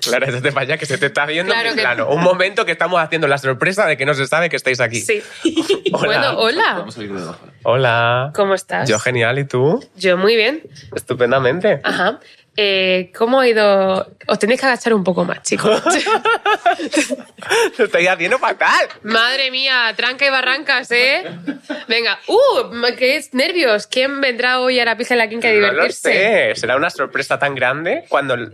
Clara, estate para allá que se te está viendo Claro en que- plano. Un momento que estamos haciendo la sorpresa de que no se sabe que estáis aquí. Sí. Hola. Bueno, hola. Vamos a salir de abajo. Hola. ¿Cómo estás? Yo genial, ¿y tú? Yo muy bien. Estupendamente. Ajá. Eh, ¿Cómo ha ido? Os tenéis que agachar un poco más, chicos. Lo estáis haciendo fatal. Madre mía, tranca y barrancas, ¿eh? Venga, ¡uh! ma- ¡Qué es- nervios! ¿Quién vendrá hoy a la pizza de la quinta a No lo divertirse? sé. ¿Será una sorpresa tan grande cuando l-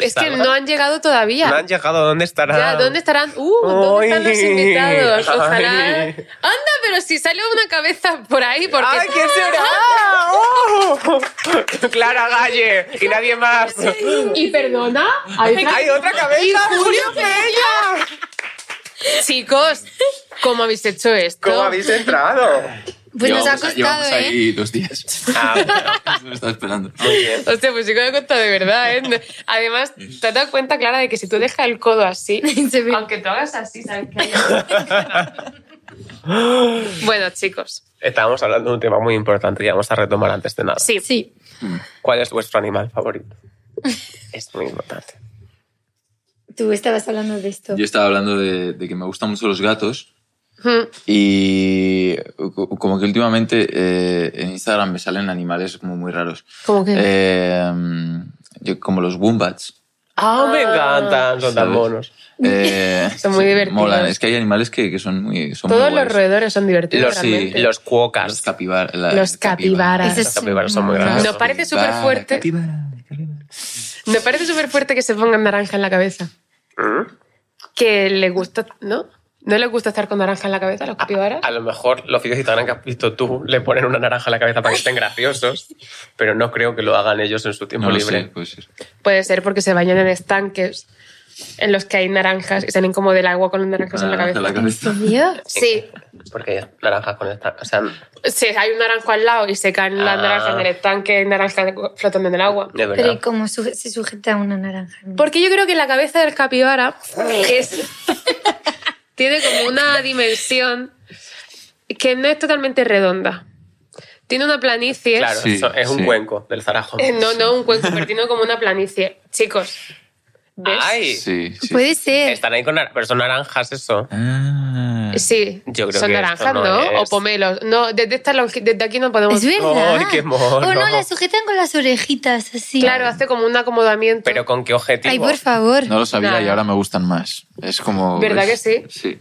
es que Salga. no han llegado todavía. no han llegado? ¿Dónde estará? Ya, ¿Dónde estarán? ¡Uh! ¿Dónde están los Ay, invitados? ay. Ojalá. ¡Anda! Pero si sale una cabeza por ahí, porque. ¡Ay, qué será! ¡Oh! Clara Galle y nadie más. Y perdona, hay otra- ¡Hay otra Y cabeza! Julio Peña! Chicos, ¿cómo habéis hecho esto? ¿Cómo habéis entrado? Pues nos ha Llevamos- costado, Llevamos ¿eh? ahí dos días. Ah, Me está esperando. Hostia, pues sí que me he contado de verdad, ¿eh? No- Además, Mm. ¿te has dado cuenta, Clara, de que si tú dejas el codo así, ¿eh? Se ve. aunque tú hagas así, sabes que hay... Bueno, chicos, estábamos hablando de un tema muy importante y vamos a retomar antes de nada. sí. Sí. ¿Cuál es vuestro animal favorito? Es muy importante. Tú estabas hablando de esto. Yo estaba hablando de, de que me gustan mucho los gatos Mm, y co- como que últimamente eh, en Instagram me salen animales como muy raros. ¿Cómo que? Eh, yo- como los wombats. ¡Ah, me Ah. encantan! Son tan ¿Sabes? monos. Eh, Son muy sí, divertidos. Molan. Es que hay animales que, que son muy son muy Todos los guays. roedores son divertidos, Los- pues sí, realmente. Los cuocas. Los capibar- la- Ah, Los capibaras. Ese Los capibaras son muy No, grandes. Nos parece súper fuerte. Capibara, capibara. Me parece súper fuerte que se pongan naranja en la cabeza. ¿Eh? Que le gusta, ¿no? ¿No les gusta estar con naranja en la cabeza a los Ah, capibaras? A lo mejor los vídeos de Instagram que has visto tú le ponen una naranja a la cabeza para que estén graciosos, pero no creo que lo hagan ellos en su tiempo No lo libre. sé, puede ser. Puede ser porque se bañan en estanques en los que hay naranjas y salen como del agua con las naranjas en la Ah, Naranja cabeza. Ah, en la cabeza. Sí, Porque hay naranjas con esta. O sea, sí, hay un naranjo al lado y se caen las Ah. naranjas en el estanque, hay naranjas flotando en el agua. de Pero verdad. ¿y cómo su- se sujeta una naranja? Porque yo creo que la cabeza del capibara es, tiene como una dimensión que no es totalmente redonda. Tiene una planicie. Claro, Sí, eso es un sí. cuenco del zarajo. Eh, No, no, un cuenco, pero tiene como una planicie. Chicos, ¿ves? ¡Ay! Sí, sí. Puede ser. Están ahí con naranjas, pero son naranjas eso. Ah. Sí, Mm. Yo creo son que naranjas, esto no ¿no? es. O pomelos. No, desde, esta longi- desde aquí no podemos... Es verdad. Ay, qué mono. O no, la sujetan con las orejitas así. Claro, hace como un acomodamiento. Pero con qué objetivo? Ay, por favor. No lo sabía Nada. y ahora me gustan más. Es como. ¿Verdad es- que Sí.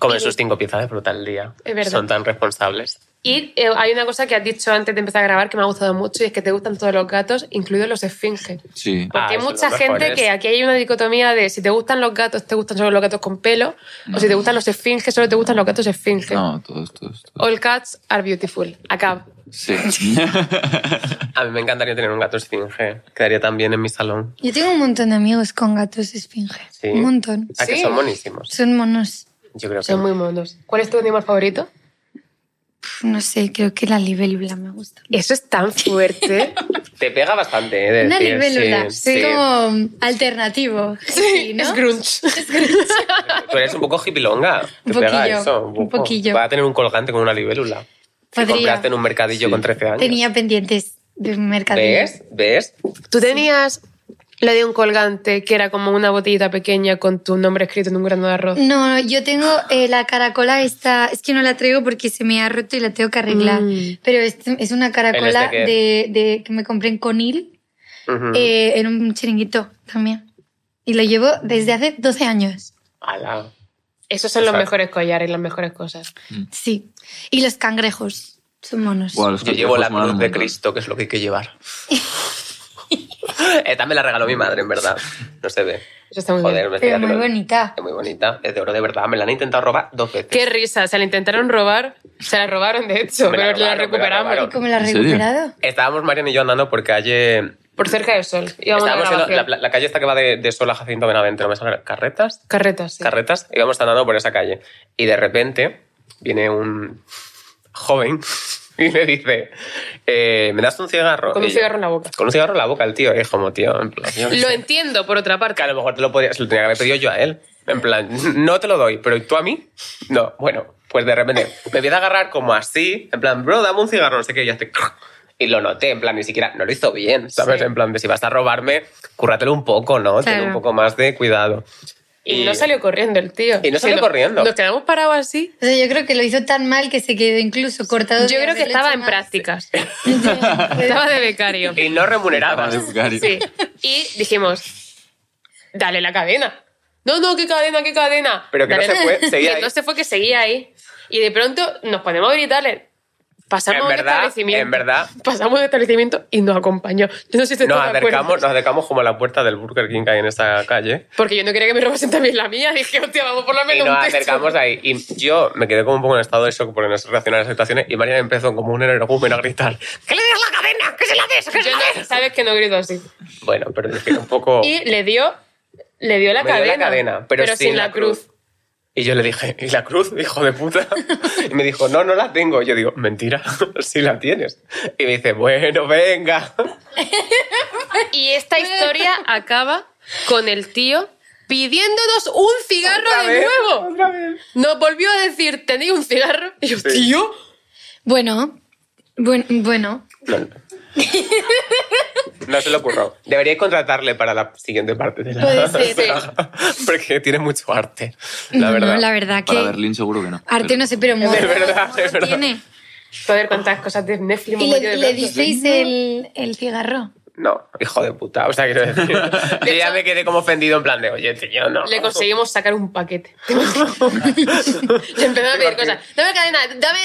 Comen sus cinco piezas de fruta al día. Es verdad. Son tan responsables. Y eh, hay una cosa que has dicho antes de empezar a grabar que me ha gustado mucho y es que te gustan todos los gatos, incluidos los esfinges. Sí. Ah, Porque hay eso mucha es lo mejor, gente que es. aquí hay una dicotomía de si te gustan los gatos, te gustan solo los gatos con pelo, o si te gustan los esfinges, solo te gustan los gatos esfinges. No, todos, todos. todos. All cats are beautiful. Acab. Sí. A mí me encantaría tener un gato esfinge. Quedaría también en mi salón. Yo tengo un montón de amigos con gatos esfinges. Sí. Un montón. Ah, que Sí. son buenísimos. Son monos. Yo creo que Son muy monos. ¿Cuál es tu animal favorito? Pf, No sé, creo que la libélula me gusta. Eso es tan fuerte. te pega bastante. eh, de Una decir, libélula. sí, sí. Como alternativo. Sí, ¿no? Es grunge. Tú eres un poco hipilonga. Te Un pega poquillo, eso. un poquillo. Va a tener un colgante con una libélula. Que Podría. compraste en un mercadillo Sí. con 13 años. Tenía pendientes de un mercadillo. ¿Ves? ¿Ves? Tú tenías la de un colgante que era como una botellita pequeña con tu nombre escrito en un grano de arroz. No, yo tengo eh, la caracola esta, es que no la traigo porque se me ha roto y la tengo que arreglar. Mm. Pero es, es este una caracola que- de, de- que me compré en Conil, Ujú. eh, en un chiringuito también. Y lo llevo desde hace 12 años. Ala. Esos son los Exacto. mejores collares, las mejores cosas. Sí. Y los cangrejos, son monos. Guau, los Yo llevo cangrejos la molan cruz un de montón. Cristo, que es lo que hay que llevar. Esta me la regaló mi madre, en verdad. No se ve. Eso está muy Joder, bien. me estoy Pero muy haciendo- bonita. Es muy bonita. Es de oro de verdad. Me la han intentado robar dos veces. Qué risa, se la intentaron robar, se la robaron de hecho, Me la robaron, pero la me la ¿Y robaron. recuperamos cómo la has ¿En serio? recuperado? Estábamos Marian y yo andando por calle. por cerca del sol. Íbamos a la Estábamos en la, grabación. la- la calle esta que va de, de Sol a Jacinto Benavente. ¿No me sale? ¿Carretas? Carretas, sí. carretas, íbamos andando por esa calle. Y de repente viene un joven y me dice, eh, ¿me das un cigarro? Con un Y yo, cigarro en la boca. Con un cigarro en la boca el tío. Es como, tío, en plan, yo qué Lo sé. entiendo, por otra parte. Que a lo mejor te lo podía, se lo tenía que haber pedido yo a él. En plan, no te lo doy, pero tú a mí, no. Bueno, pues de repente me empieza a agarrar como así, en plan, bro, dame un cigarro, no sé qué, y hace... Y lo noté, en plan, ni siquiera, no lo hizo bien, ¿sabes? Sí. En plan, de si vas a robarme, cúrratelo un poco, ¿no? Ten un Claro. poco más de cuidado. Y no salió corriendo el tío. Y no salió nos- corriendo. Nos quedamos parados así. O sea, yo creo que lo hizo tan mal que se quedó incluso cortado. de Yo creo que haberlo estaba hecho en mal. prácticas. estaba de becario. Y no remunerabas. Estaba de becario. Sí. Y dijimos, dale la cadena. No, no, qué cadena, qué cadena. Pero que no Dale se la- fue, seguía Que ahí. no se fue, que seguía ahí. Y de pronto nos ponemos a gritarle. Pasamos En a un verdad, establecimiento. en verdad. Pasamos a un establecimiento y nos acompañó. Yo no sé si te Nos acuerdas. acercamos, nos acercamos como a la puerta del Burger King que hay en esta calle. Porque yo no quería que me robasen también la mía. Dije, hostia, vamos por lo Y menos nos un texto. acercamos ahí. Y yo me quedé como un poco en estado de shock porque no sé reaccionar a las situaciones. Y María empezó como un energúmeno a gritar: ¡Que le des la cadena! ¡Que se la des! ¡Que se Yo la no, des! sabes que no grito así. Bueno, pero es que era un poco. Y le dio, le dio la, Oh. Me dio cadena, la cadena, pero sin la cruz. Y yo le dije: ¿Y la cruz, hijo de puta? Y me dijo: No, no la tengo. Y yo digo: Mentira, sí la tienes. Y me dice: Bueno, venga. Y esta historia acaba con el tío pidiéndonos un cigarro Otra de vez, nuevo. otra vez. Nos volvió a decir, ¿tenéis un cigarro? Y yo, Sí. tío. Bueno, bueno, bueno. No, no. No se le ocurrió. Debería contratarle para la siguiente parte de la. Puede ser. Porque tiene mucho arte, la verdad. No, la verdad Para que Berlín seguro que no. arte no sé, pero modo. Es verdad, es verdad. Tiene. Joder, cuántas cosas de Netflix. me Y he metido de le, le brazos, disteis ¿eh? el, el cigarro. No, hijo de puta. O sea, quiero decir. yo ya me quedé como ofendido en plan de, oye, tío, no. Le conseguimos sacar un paquete. Le empezaba a pedir cosas. Dame cadena, dame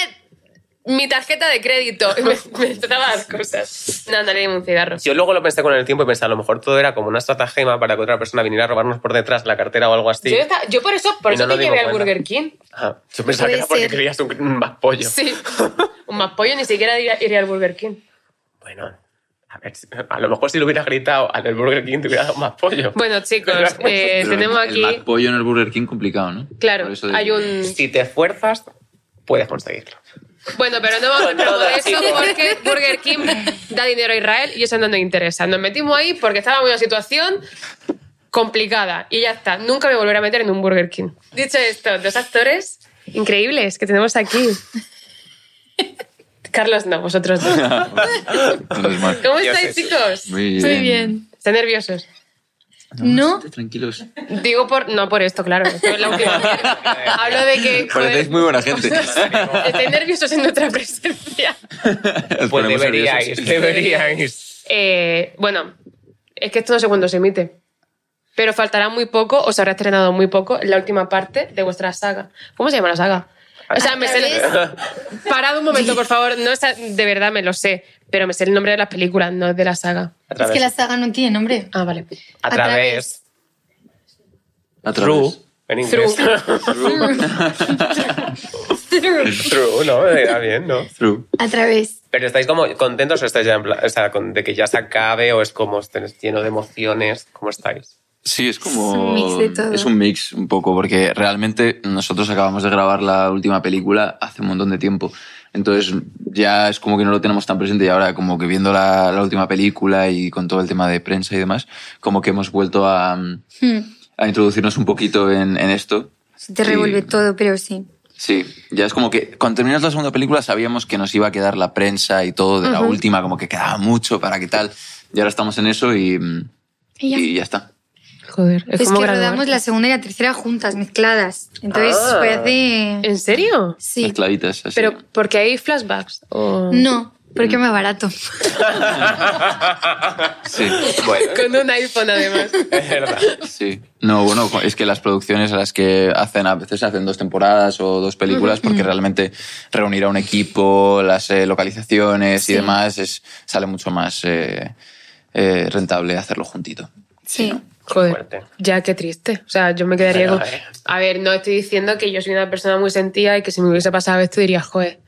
mi tarjeta de crédito. Y me, me empezaba a dar cosas. No, no le dimos un cigarro. Yo luego lo pensé con el tiempo y pensé, a lo mejor todo era como una estratagema para que otra persona viniera a robarnos por detrás la cartera o algo así. Yo, estaba- yo por eso, por Y eso no nos te llevé dimos al cuenta. Burger King. Ah, yo pensaba que Puede era porque ser. querías un, un más pollo. Sí. Un más pollo ni siquiera iría, iría al Burger King. Bueno, a ver, si- a lo mejor si lo hubieras gritado al del Burger King te hubiera dado más pollo. Bueno, chicos, eh, Pero tenemos el- El aquí. pollo en el Burger King complicado, ¿no? Claro, Por eso de- hay un. Si te esfuerzas, puedes conseguirlo. Bueno, pero no vamos a hablar Todo de eso así. porque Burger King da dinero a Israel y eso no nos interesa. Nos metimos ahí porque estaba en una situación complicada y ya está. Nunca me volveré a meter en un Burger King. Dicho esto, dos actores increíbles que tenemos aquí. Carlos, no, vosotros no. Entonces, bueno. ¿Cómo Dios estáis, Jesús. chicos? Muy Muy bien. ¿Están nerviosos? No, Tranquilos. Digo por. No por esto, claro. Esto es la última vez. Hablo de que. joder, Parecéis muy buena gente. Estáis nerviosos en nuestra presencia. Os Pues ponemos deberíais, nerviosos. deberíais. Eh, bueno, es que esto no sé cuándo se emite. Pero faltará muy poco, os habrá estrenado muy poco la última parte de vuestra saga. ¿Cómo se llama la saga? O sea, me sé. Parad un momento, por favor. No está- de verdad me lo sé. Pero me sé el nombre de las películas, no de la saga. A es que través. la saga no tiene nombre. Ah, vale. A a través. través. A True. través. En inglés. True, ¿no? Era bien, ¿no? True. A través. Pero estáis como contentos o estáis ya en plan, o sea, con- de que ya se acabe o es como estáis lleno de emociones, ¿cómo estáis? Sí, es como. Es un mix de todo. es un mix un poco, porque realmente nosotros acabamos de grabar la última película hace un montón de tiempo. Entonces ya es como que no lo tenemos tan presente y ahora como que viendo la, la última película y con todo el tema de prensa y demás, como que hemos vuelto a, a Hmm. introducirnos un poquito en, en esto. Se te Sí. revuelve todo, pero sí. Sí, ya es como que cuando terminas la segunda película sabíamos que nos iba a quedar la prensa y todo de la última, como que quedaba mucho para qué tal. Y ahora estamos en eso y, mm, Y ya. y ya está. Joder, es, Es como que graduar. rodamos la segunda y la tercera juntas, mezcladas. Entonces Ah. fue hace. ¿En serio? Sí. Mezcladitas, así. Pero porque hay flashbacks. o- No, Mm. porque me barato. Sí. Bueno, Con un iPhone, además. es verdad. Sí. No, bueno, es que las producciones a las que hacen, a veces hacen dos temporadas o dos películas porque realmente reunir a un equipo, las eh, localizaciones y demás, es, sale mucho más eh, eh, rentable hacerlo juntito. Sí. Joder, fuerte. ya qué triste. O sea, yo me quedaría Pero, con... eh. A ver, no estoy diciendo que yo soy una persona muy sentida y que si me hubiese pasado esto diría, joder,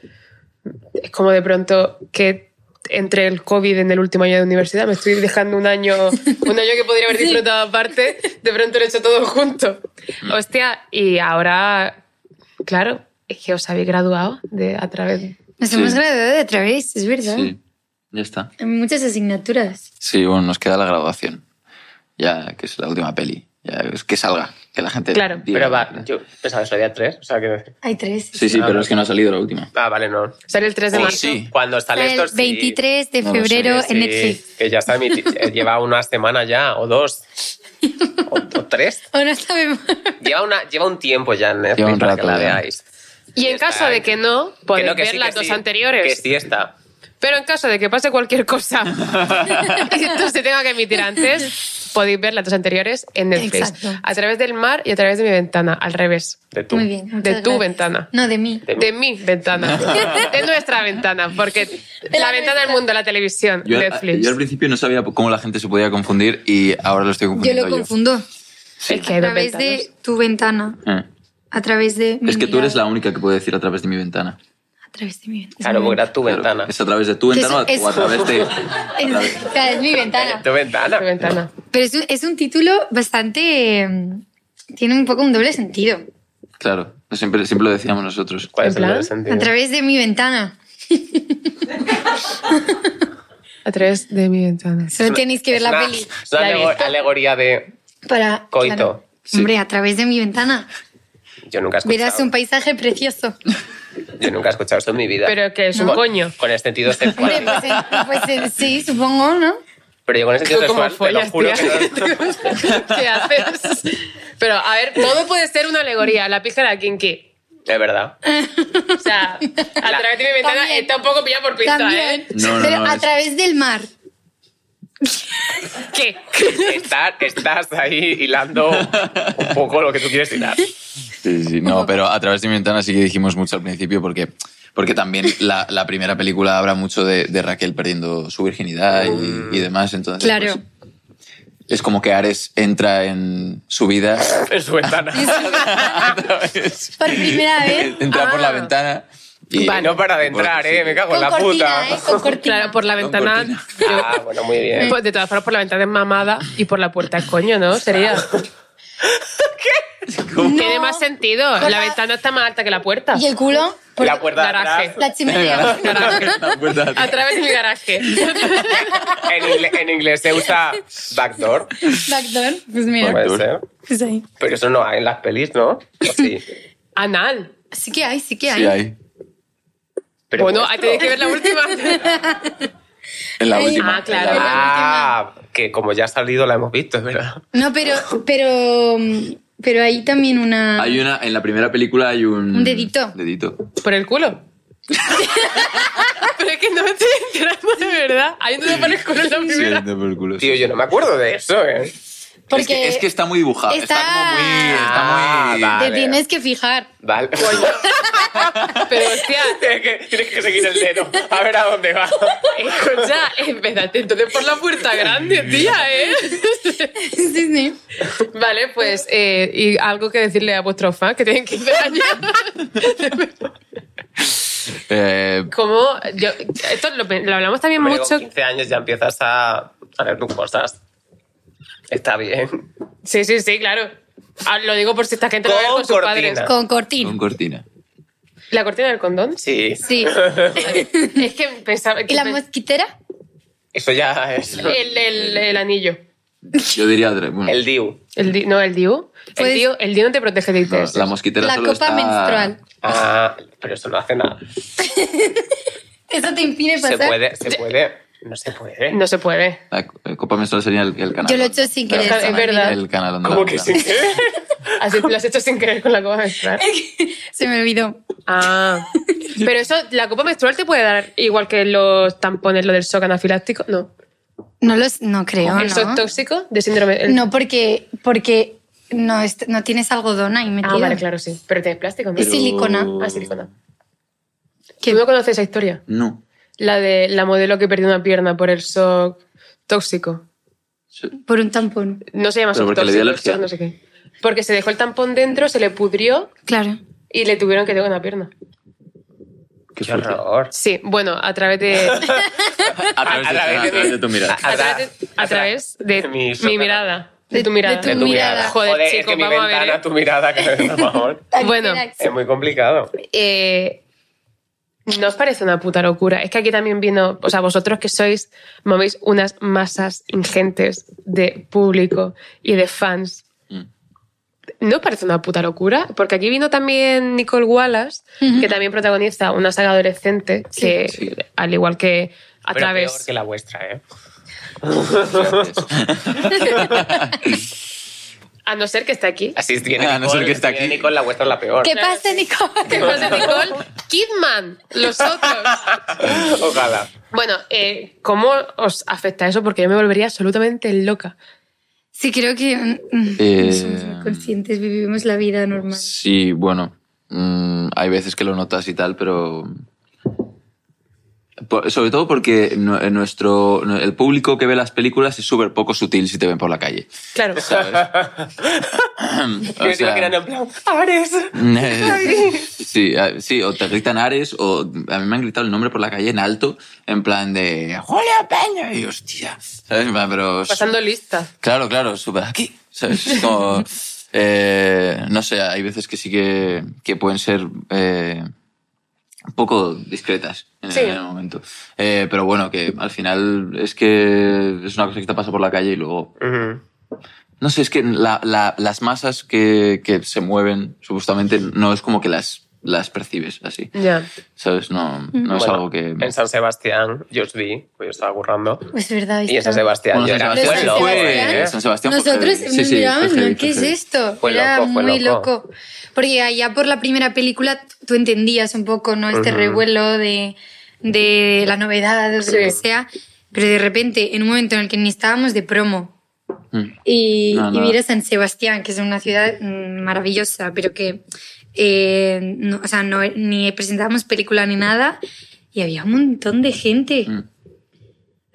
es como de pronto que entre el COVID en el último año de universidad me estoy dejando un año, un año que podría haber disfrutado aparte, de pronto lo he hecho todo junto. Hostia, y ahora, claro, es que os habéis graduado de a través... Nos Sí. hemos graduado de otra vez, es verdad. Sí, ya está. Hay muchas asignaturas. Sí, bueno, nos queda la graduación. Ya que es la última peli. Ya, es que salga, que la gente. Claro, diga. Pero va, yo Ah, pensaba que solo había tres. O sea, quiero decir. Hay tres. Sí, sí, pero es que no ha salido la última. Ah, vale, no. Sale el 3 de Oh, marzo. sí. Cuando están Sale estos. el sí. 23 de No lo sé, febrero Sí, en Netflix. Que ya está emiti- eh, lleva una semana ya, o dos. O, o tres. O no sabemos. Lleva, una, lleva un tiempo ya en Netflix Lleva un para que la rato, ya. veáis. Y en Está caso de ahí. que no, podéis Que no, que ver sí, que las dos sí, Que anteriores. sí está. Pero en caso de que pase cualquier cosa y esto se tenga que emitir antes, podéis ver las dos anteriores en Netflix. Exacto. A través del mar y a través de mi ventana, al revés. De tú. Muy bien. muchas De tu gracias. ventana. No, de mí. De mí. De mi ventana. de nuestra ventana, porque la, la ventana del nuestra. mundo, la televisión, Yo, Netflix. yo al principio no sabía cómo la gente se podía confundir y ahora lo estoy Yo confundiendo. lo confundo. Es que hay A dos través ventanas. de tu ventana. Eh. A través de. mi Es que tú eres la mirada, única que puede decir a través de mi ventana. A través de mi ventana. Claro, porque era tu Claro, ventana. Es a través de tu Que ventana es- o a través de. Es, o sea, es mi ventana. Tu ventana. Tu ventana. Pero es un, es un título bastante. eh, Tiene un poco un doble sentido. Claro, siempre, siempre lo decíamos nosotros. ¿Cuál ¿En es el plan? doble sentido? A través de mi ventana. A través de mi ventana. Solo tenéis que ver Es la una- peli. Es una La vi. alego- alegoría de. Para. Coito. claro. Sí. Hombre, a través de mi ventana. Yo nunca he escuchado. Verás un paisaje precioso. Yo nunca he escuchado esto en mi vida. Pero que es un Con- coño. Con el sentido sexual. Hombre, pues, eh, pues, eh, sí, supongo, ¿no? Pero yo con el sentido Tú como sexual, te lo follas, juro tía. que no. ¿Qué haces? Pero a ver, todo puede ser una alegoría. La pija de la kinky. Es verdad. O sea, a través de mi ventana También. está un poco pillada por pista, También. ¿eh? No, no, Pero no, a es- través del mar. ¿Qué? Estar- estás ahí hilando un poco lo que tú quieres hilar. Sí, sí, no, pero a través de mi ventana sí que dijimos mucho al principio porque, porque también la, la primera película habla mucho de, de Raquel perdiendo su virginidad Mm. y, y demás. Entonces, Claro. pues, es como que Ares entra en su vida, En su ventana. Por primera vez. entra por la Ah. ventana y Y no para de Porque entrar, sí. ¿eh? Me cago Con en la cortina, puta. ¿eh? Con cortina. Claro, por la ventana. cortina. Ah, bueno, muy bien. Pues, de todas formas, por la ventana es mamada y por la puerta es coño, ¿no? Sería. Tiene No. más sentido. Con la la- ventana está más alta que la puerta. ¿Y el culo? Por La puerta de garaje. atrás. la chimenea. Garaje. La puerta A de atrás. través de mi garaje. En, ingle- en inglés se usa backdoor. Backdoor. Pues mira. Puede ser. Pues ahí. Pero eso no hay en las pelis, ¿no? ¿O sí. Anal. Sí que hay, sí que hay. Sí, ahí. Pero bueno, pues- ahí tenéis que ver la última. En la Ahí. última. Ah, claro. en la última. Ah, que como ya ha salido la hemos visto, es verdad. No, pero, pero, pero hay también una. Hay una, en la primera película hay un... Ah. Un dedito. Dedito. Por el culo. Pero es que no me estoy enterando de verdad. Hay un dedo por el culo en la Sí, primera. dedito por el culo, sí. Tío, yo no me acuerdo de eso, ¿eh? Porque es, que, es que está muy dibujado. Está, está- como muy... Está Ah, muy... va. te Vale. tienes que fijar. Vale. Pero hostia, tienes, que, tienes que seguir el dedo. A ver a dónde va. escucha, empezate entonces por la puerta grande, tía, ¿eh? sí, sí. Vale, pues, eh, y algo que decirle a vuestros fans que tienen 15 años. Eh, Como, yo, esto lo, lo hablamos también Hombre, mucho. Con 15 años ya empiezas a, a ver tus cosas. Está bien. Sí, sí, sí, claro. Ah, Lo digo por si esta gente lo ve Con con sus cortina. padres. Con cortina. con cortina. ¿La cortina del condón? Sí. Sí. es que pensaba... ¿Y que la pe- mosquitera? Eso ya es. el, el, el anillo. Yo diría... otra- Bueno, El DIU. El di- no, el DIU. Pues- el, DIU el DIU no te protege de no, ITS. la mosquitera La solo copa está- menstrual. Ah, pero eso no hace nada. Eso te impide Se pasar. puede, se puede. No se puede. No se puede. La co- copa menstrual sería el, el canal. Yo lo he hecho sin El querer, canal- es verdad. El canal donde Como la- que la- sí. Así lo has hecho sin querer con la copa menstrual. Se me olvidó. Ah. Pero eso, la copa menstrual te puede dar igual que los tampones, lo del shock anafiláctico. No. No los, no creo, el shock ¿no? tóxico de síndrome. el- No, porque, porque no, est- no tienes algodón ahí metido. Ah, vale, claro, sí. Pero tienes plástico, ¿no? Es silicona. Ah, silicona. Que- ¿Tú no conoces esa historia? No. La de la modelo que perdió una pierna por el shock tóxico. Por un tampón. No se llama Pero shock porque le dio tóxico. alergia. shock no sé qué. Porque se dejó el tampón dentro, se le pudrió Claro. y le tuvieron que tocar una pierna. Qué Qué fuerte. horror. Sí, bueno, a través de. A través de- a través de tu mirada. A través de, a través de mi, mirada. De tu De- mirada. de tu mirada. Joder, Joder, chico, es que mi vamos a ventana, ver. ¿eh? tu mirada, que por favor. Bueno. Es muy complicado. Eh, no os parece una puta locura. Es que aquí también vino, o sea, vosotros que sois, movéis unas masas ingentes de público y de fans Mm. No parece una puta locura, porque aquí vino también Nicole Wallace, Ujú. que también protagoniza una saga adolescente, que Sí. al igual que a Pero través... peor que la vuestra, ¿eh? A no ser que esté aquí. Así tiene Ah, no sé Nicole, el que está tiene aquí. Nicole, la vuestra es la peor. ¿Qué pasa, Nicole? Que no sea Nicole Kidman, los otros. Ojalá. Bueno, eh, ¿cómo os afecta eso? Porque yo me volvería absolutamente loca. Sí, creo que mm, Eh, no somos muy conscientes, vivimos la vida normal. Sí, bueno, mm, hay veces que lo notas y tal, pero... por- sobre todo porque nu- eh, nuestro, nu- el público que ve las películas es súper poco sutil si te ven por la calle. Claro. O Yo digo sea, que eran en plan, Ares. sí, a- sí, o te gritan Ares, o a mí me han gritado el nombre por la calle en alto, en plan de Julia Peña, y hostia, ¿sabes? En plan, Pero Pasando lista. Claro, claro, súper aquí. ¿sabes? Es como, eh, no sé, hay veces que sí que, que pueden ser eh, un poco discretas en, Sí. en el momento. Eh, pero bueno, que al final es que es una cosa que te pasa por la calle y luego... Ujú. No sé, es que la- la- las masas que, que se mueven, supuestamente, no es como que las, las percibes así. Ya. ¿Sabes? No, no es Bueno, algo que... En San Sebastián, yo os vi, pues yo estaba currando. Es verdad. Y en San está- Sebastián, Bueno, yo San era Sebastián muy loco, fue- ¿eh? San Sebastián fue Nosotros heavy. Sí, nos sí, fue mirábamos, heavy, ¿no? fue ¿qué es heavy. esto? Fue Era loco, fue muy loco. loco. Porque allá por la primera película tú entendías un poco, ¿no? Este Ujú. revuelo de, de la novedad o lo que Sí. sea. Pero de repente, en un momento en el que ni estábamos de promo Mm. y, No, y no. ir a San Sebastián, que es una ciudad mm, maravillosa, pero que eh, no, o sea, no, ni presentábamos película ni nada. Y había un montón de gente. Mm.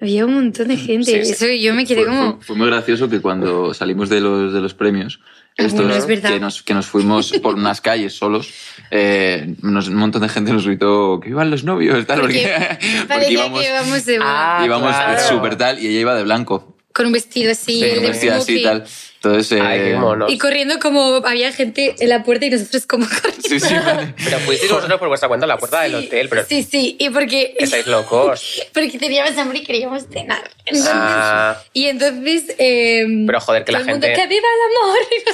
Había un montón de gente. Sí, sí. Eso yo me quedé fue, como... fue- fue muy gracioso que cuando salimos de los, de los premios, Ah, estos bueno, es verdad. que, nos, que nos fuimos por unas calles solos, eh, nos- un montón de gente nos gritó que iban los novios, tal, porque, porque Parecía íbamos, que íbamos de boda. Ah, íbamos claro. súper tal y ella iba de blanco, con un vestido Sí, así, de un vestida así smoking. y tal. Entonces, Ay, qué eh, mono. Y corriendo como había gente en la puerta y nosotros como corriendo. Sí, sí, vale. Pero pudisteis vosotros por vuestra cuenta a la puerta del Sí, hotel, pero Sí, sí, y porque, estáis locos. porque teníamos hambre y queríamos cenar. Entonces- Ah. Y entonces... eh, Pero joder, que la todo el mundo, gente- ¡Que viva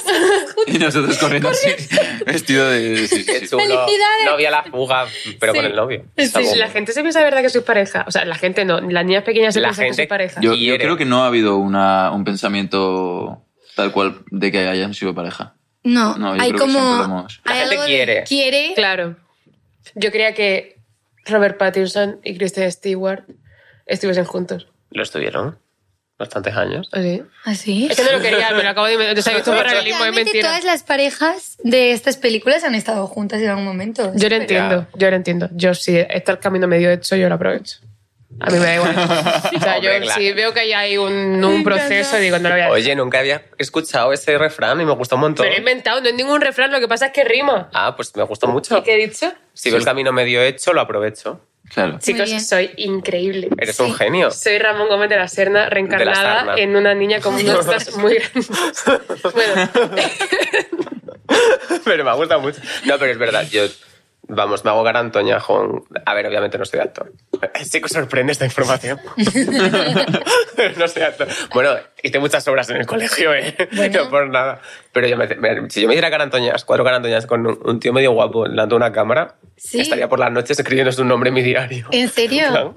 el amor! Y nosotros juntos. Y nosotros corriendo así, vestido de... sí, sí, Qué sí. chulo. Felicidades. No había la fuga, pero Sí. con el novio. Sí, Está sí, guapo. La gente se piensa de verdad que sois pareja. O sea, la gente no. Las niñas pequeñas se La piensan gente- que sois pareja. Yo, yo Quiere. creo que no ha habido una, un pensamiento tal cual de que hayan sido pareja. No, No, yo hay creo que como... siempre lo hemos- La hay gente algo de quiere. Quiere. Claro. Yo creía que Robert Pattinson y Kristen Stewart estuviesen juntos. Lo estuvieron bastantes años. ¿Así? ¿Así? Es que no lo quería, me lo acabo de inventar. Yo sabía que esto es paralelismo es ¿Ah, Realmente mentira. todas las parejas de estas películas han estado juntas en algún momento. Yo lo entiendo, yo lo entiendo. Yo si está el camino medio hecho, yo lo aprovecho. A mí me da igual. O sea, yo Hombre, claro. si veo que ahí hay un, un proceso, digo, no lo voy a Oye, nunca había escuchado ese refrán y me gustó un montón. Pero he inventado, no es ningún refrán, lo que pasa es que rima. Ah, pues me gustó ¿Y mucho. qué he dicho? Si veo el camino medio hecho, lo aprovecho. Claro. Chicos, bien. soy increíble. Eres Sí. un genio. Soy Ramón Gómez de la Serna, De la reencarnada Sarna. en una niña con costas muy grandes. Bueno, pero me gusta mucho. No, pero es verdad. Yo, vamos, me hago cara antoñajón. A ver, obviamente no soy actor. Sí que os sorprende esta información. pero no soy actor. Bueno, hice muchas obras en el colegio, ¿eh? No por nada. Pero yo me, me- si yo me diera cara antoñas, cuatro cara antoñas con un, un tío medio guapo delante de una cámara, Sí. estaría por las noches escribiendo su nombre en mi diario. ¿En serio?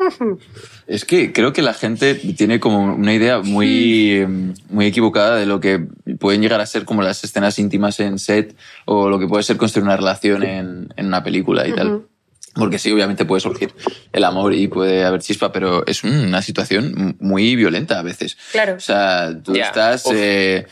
Es que creo que la gente tiene como una idea muy, em, muy equivocada de lo que pueden llegar a ser como las escenas íntimas en set o lo que puede ser construir una relación en, en una película y tal. Porque sí, obviamente puede surgir el amor y puede haber chispa, pero es una situación muy violenta a veces. Claro. O sea, tú Ya, estás uf. eh,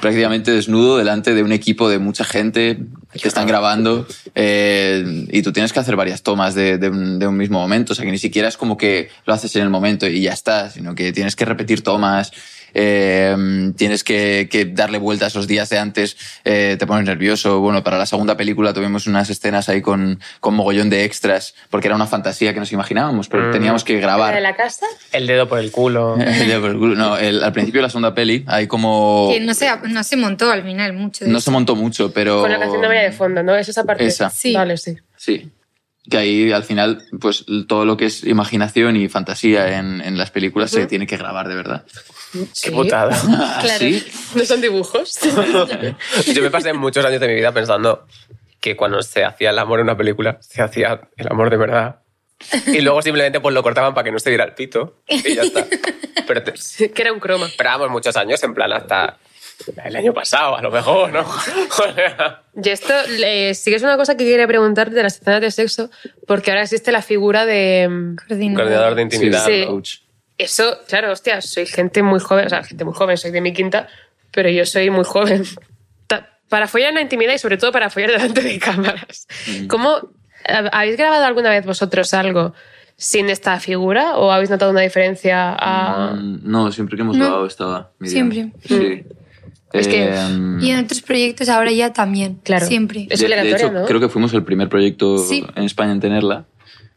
prácticamente desnudo delante de un equipo de mucha gente, te están grabando eh, y tú tienes que hacer varias tomas de, de un, de un mismo momento. O sea, que ni siquiera es como que lo haces en el momento y ya está, sino que tienes que repetir tomas. eh, tienes que, que darle vueltas los días de antes, eh, te pones nervioso. Bueno, para la segunda película tuvimos unas escenas ahí con, con mogollón de extras, porque era una fantasía que nos imaginábamos, pero Mm. teníamos que grabar. ¿la de la casa? El dedo por el culo. El dedo por el culo. No, el- al principio de la segunda peli hay como... Que no se, no se montó al final mucho. de Oh. No eso. se montó mucho, pero... Con la canción de María de fondo, ¿no? Es esa parte. Oh. Esa. Sí. Vale, sí. Sí. que ahí al final, pues todo lo que es imaginación y fantasía en, en las películas se tiene que grabar de verdad. ¿Ah, Qué putada. Claro. ¿Sí? No son dibujos. Yo me pasé muchos años de mi vida pensando que cuando se hacía el amor en una película, se hacía el amor de verdad. Y luego simplemente pues lo cortaban para que no se diera el pito. Y ya está. Pero te- que era un croma. esperábamos muchos años, en plan hasta el año pasado, a lo mejor, ¿no? O sea, Y esto eh, sí que es una cosa que quería preguntarte de las escenas de sexo, porque ahora existe la figura de... mm, un Coordinador. coordinador de intimidad. Sí. ¿no? Ouch. Eso, claro, hostia, soy gente muy joven, o sea, gente muy joven, soy de mi quinta, pero yo soy muy joven. Ta- Para follar en la intimidad y sobre todo para follar delante de cámaras. ¿Cómo hab- habéis grabado alguna vez vosotros algo sin esta figura o habéis notado una diferencia a... Mm, No, siempre que hemos No. grabado estaba. Miriam. Siempre. Sí. Es que- Em, Y en otros proyectos ahora ya también. Claro. Siempre. Es de- de obligatoria, hecho, ¿no? creo que fuimos el primer proyecto Sí. en España en tenerla.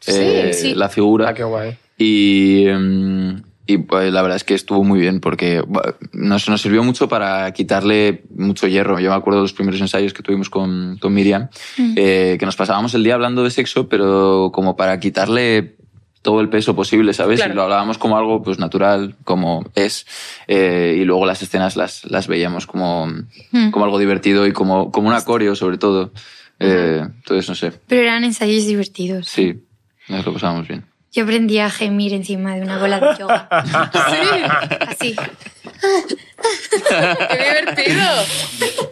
Eh, Sí, sí. La figura. Ah, qué guay. Y, mm, y, pues, la verdad es que estuvo muy bien porque bah, nos, nos sirvió mucho para quitarle mucho hierro. Yo me acuerdo de los primeros ensayos que tuvimos con, con Miriam, eh, que nos pasábamos el día hablando de sexo, pero como para quitarle todo el peso posible, ¿sabes? Claro. Y lo hablábamos como algo pues natural, como es, eh, y luego las escenas las, las veíamos como, Mm. como algo divertido y como, como un acorio sobre todo. Eh, entonces, no sé, Pero eran ensayos divertidos. sí, nos lo pasábamos bien. Yo aprendí a gemir encima de una bola de yoga. Así. ¡Qué divertido!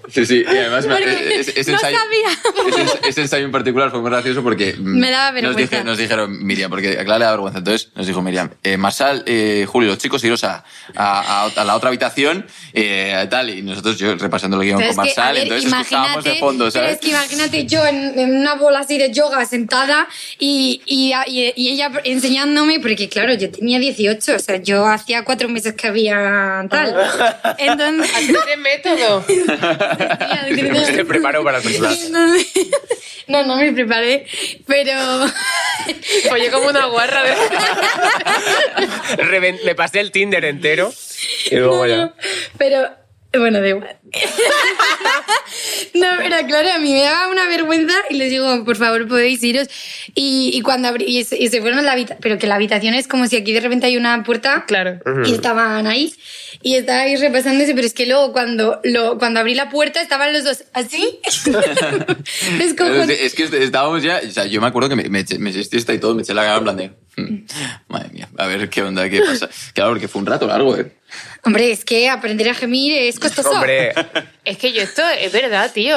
Sí, sí, y además me- es- es- ese no ensayo- sabía. ese ens- ese ensayo en particular fue muy gracioso porque mm, Me daba nos, vergüenza. dije- nos dijeron Miriam, porque a Clara le daba vergüenza. Entonces nos dijo Miriam, eh, Marsal, eh, Julio, los chicos, iros a, a, a- a la otra habitación, eh, tal. Y nosotros, yo repasando el guión Pero con es que, a Marsal, ver, entonces escuchábamos de fondo, pero ¿sabes? es que imagínate yo en, en una bola así de yoga sentada y, y, y- y ella enseñándome, porque claro, yo tenía 18, o sea, yo hacía cuatro meses que había tal. Entonces, ¡Qué método! Se preparó para el personaje. Entonces- no, no me preparé, pero Oye, como una guarra de... Reven- Me pasé el Tinder entero y luego ya. Pero, bueno, da igual. no, pero claro, a mí me daba una vergüenza y les digo, por favor, podéis iros. Y, y cuando abrí, y se, y se fueron a la habitación, pero que la habitación es como si aquí de repente hay una puerta. Claro. Y estaban ahí, y estaba ahí repasándose, pero es que luego cuando, lo, cuando abrí la puerta estaban los dos así. Pero es, eh, Descojonados. de- es que estábamos ya, o sea, yo me acuerdo que me, me, eché- me eché esta y todo, me eché la cara en plan de, "Mm, madre mía, a ver qué onda, qué pasa. Claro, porque fue un rato largo, ¿eh? Hombre, es que aprender a gemir es costoso. Hombre, Es que yo esto es verdad, tío.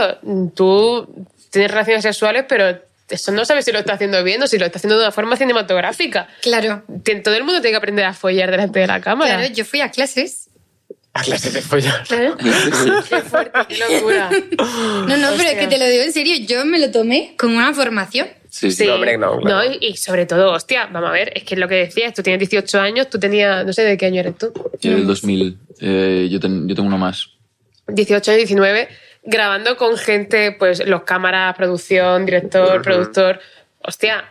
Tú tienes relaciones sexuales, pero eso no sabes si lo está haciendo bien o si lo está haciendo de una forma cinematográfica. Claro. Tien- Todo el mundo tiene que aprender a follar delante de la cámara. ¿Eh? Claro, yo fui a clases. a clase de follar. Qué fuerte, qué locura. No, no, pero es Hostia. que te lo digo en serio, yo me lo tomé como una formación. Sí, sí. Sí. No, hombre, no, claro. y, y sobre todo, hostia, vamos a ver, es que lo que decías, tú tienes 18 años, tú tenías, no sé de qué año eres tú, Yo del 2000, eh, yo, ten- yo tengo uno más. 18 años, 19, grabando con gente, pues los cámaras, producción, director, productor. Hostia,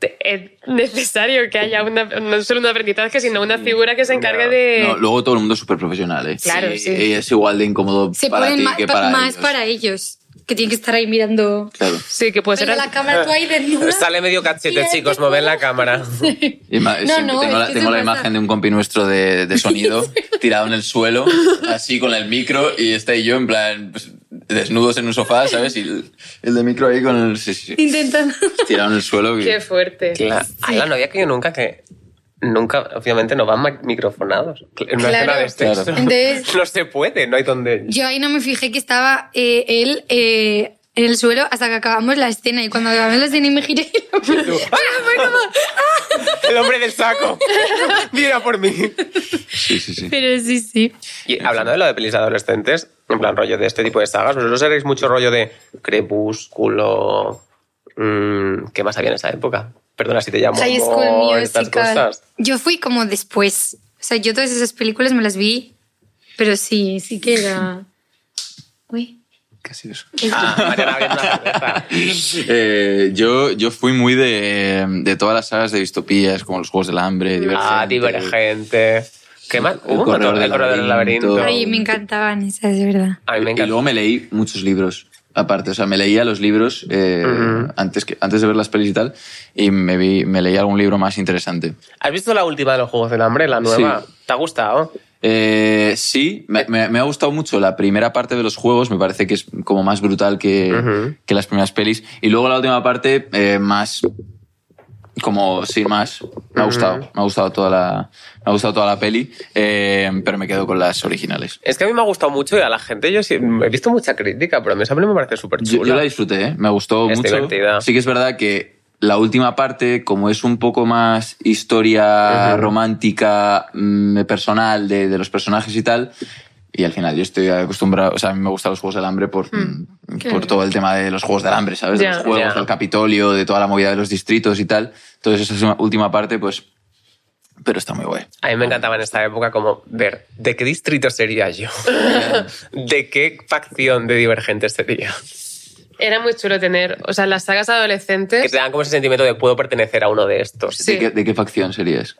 te- es necesario que haya una, no solo un aprendizaje, sino una figura que se encargue No. de... No, luego todo el mundo es súper profesional, ¿eh? Claro, sí. Eh, Es igual de incómodo Se para ponen ti ma- que pa- para más ellos. para ellos, que tienen que estar ahí mirando. Claro. Sí, que puede ser... Mira la cámara tú ahí desnuda. Sale medio cachete, Sí, chicos, mover la cámara. Y ma- No, siempre no, tengo es la, que tengo se la pasa. imagen de un compi nuestro de, de sonido tirado en el suelo, así con el micro, y este y yo en plan pues, desnudos en un sofá, ¿sabes? Y el, el de micro ahí con el... Sí, sí, sí, Intentando. tirado en el suelo. y- Qué fuerte. La, a la novia que yo nunca que. Nunca, obviamente, no van ma- microfonados. En una Claro. escena de sexo. Claro. Entonces- No se puede, no hay donde. Yo ahí no me fijé que estaba eh, él eh, en el suelo hasta que acabamos la escena. Y cuando acabamos la escena y me giré. El hombre del saco. Mira por mí. Sí, sí, sí. Pero sí, sí. Y hablando de lo de pelis adolescentes, en plan rollo de este tipo de sagas, vosotros seréis mucho rollo de crepúsculo. mm, ¿Qué más había en esa época? Perdona si te llamo. High School estas Musical. cosas. Yo fui como después. O sea, yo todas esas películas me las vi. Pero sí, sí que era. Uy. ¿Qué ha sido eso? Ah, Mariana abriendo la cerveza. Eh, yo, yo fui muy de, de todas las sagas de distopías, como los Juegos del Hambre, Ah, Divergente. divergente. ¿Qué más? Hubo un Corredor montón, del el corredor del Laberinto. laberinto. Ay, me encantaban esas, de verdad. A mí me Y encanta. luego me leí muchos libros. aparte. O sea, me leía los libros eh, Ujú. antes, que, antes de ver las pelis y tal, y me, vi, me leía algún libro más interesante. ¿Has visto la última de los Juegos del Hambre, la nueva? Sí. ¿Te ha gustado? Eh, sí, me, me- me ha gustado mucho la primera parte de los juegos, me parece que es como más brutal que, Ujú. que las primeras pelis. Y luego la última parte, eh, más como sin más. Me ha gustado, me ha gustado toda la, me ha gustado toda la peli, eh, pero me quedo con las originales. Es que a mí me ha gustado mucho y a la gente yo sí- he visto mucha crítica, pero a mí esa peli me parece súper Yo, yo la chula. disfruté, ¿eh? me gustó Es mucho. divertida. Sí que es verdad que la última parte, como es un poco más historia Ujú. romántica, mm, personal de, de los personajes y tal, y al final yo estoy acostumbrado, o sea, a mí me gustan los Juegos del Hambre por, mm, qué por bien. todo el tema de los Juegos del Hambre, ¿sabes? Ya, de los juegos, ya. del Capitolio, de toda la movida de los distritos y tal. Entonces esa última parte, pues... Pero está muy guay. A mí me encantaba en esta época como ver de qué distrito sería yo, de qué facción de divergentes sería. Era muy chulo tener, o sea, las sagas Que adolescentes, te dan como ese sentimiento de puedo pertenecer a uno de estos. Sí. ¿De, qué, de qué facción serías?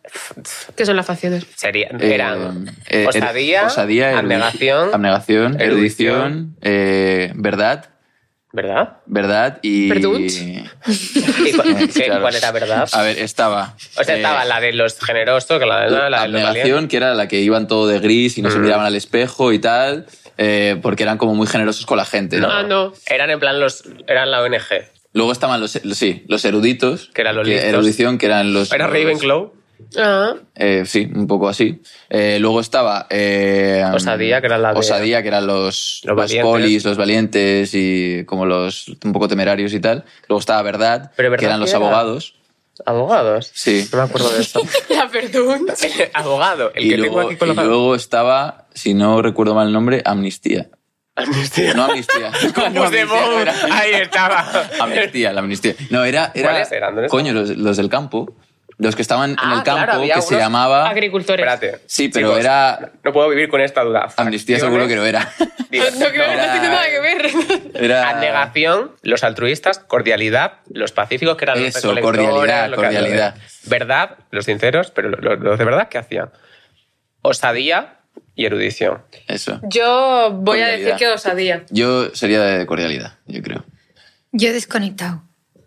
que son las facciones. Sería, Eh, eran eh, er- osadía, osadía, erudici- abnegación, abnegación, erudición. erudición, eh, verdad, ¿verdad? verdad y... Perdunch. ¿Y cu- Eh, qué- claro. cuál era verdad? A ver, estaba... o sea, eh, estaba la de los generosos, que la de la, Mm. la de los valientes. abnegación, que era la que iban todo de gris y no se miraban al espejo y tal, eh, porque eran como muy generosos con la gente. ¿no? Ah, no. Eran en plan los, eran la ONG. Luego estaban los, los- sí, los eruditos, Que eran los listos. erudición, que eran los... Era los- Ravenclaw, Ah, Eh, sí, un poco así. Eh, luego estaba. eh, Osadía, que era la de- Osadía, que eran los, Los los, valientes. polis, los valientes y como los un poco temerarios y tal. Luego estaba Verdad, Pero Verdad que eran que los era- abogados. abogados. Sí. No me acuerdo de eso. la perdón. Abogado, el Y que tengo luego, aquí y colocado. luego estaba, si no recuerdo mal el nombre, Amnistía. Amnistía. No Amnistía. Como Amnistía, Puigdemont, era- ahí estaba. Amnistía, la amnistía. No, era. era ¿Cuáles eran? ¿Dónde Coño, los, los del campo. Los que estaban Ah, en el claro, campo, había que se unos llamaba. Agricultores. Espérate. Sí, pero Chicos, era. No puedo vivir con esta duda. Amnistía seguro que no era. Ah, No creo que era- no tiene nada que ver. Era. Abnegación, los altruistas, cordialidad, los pacíficos que eran Eso, los recolectores, cordialidad, lo que hacían. cordialidad. Verdad, los sinceros, pero lo- lo- los de verdad, ¿qué hacían? Osadía y erudición. Eso. Yo voy a decir Cordialidad. que osadía. Yo sería de cordialidad, yo creo. Yo he desconectado.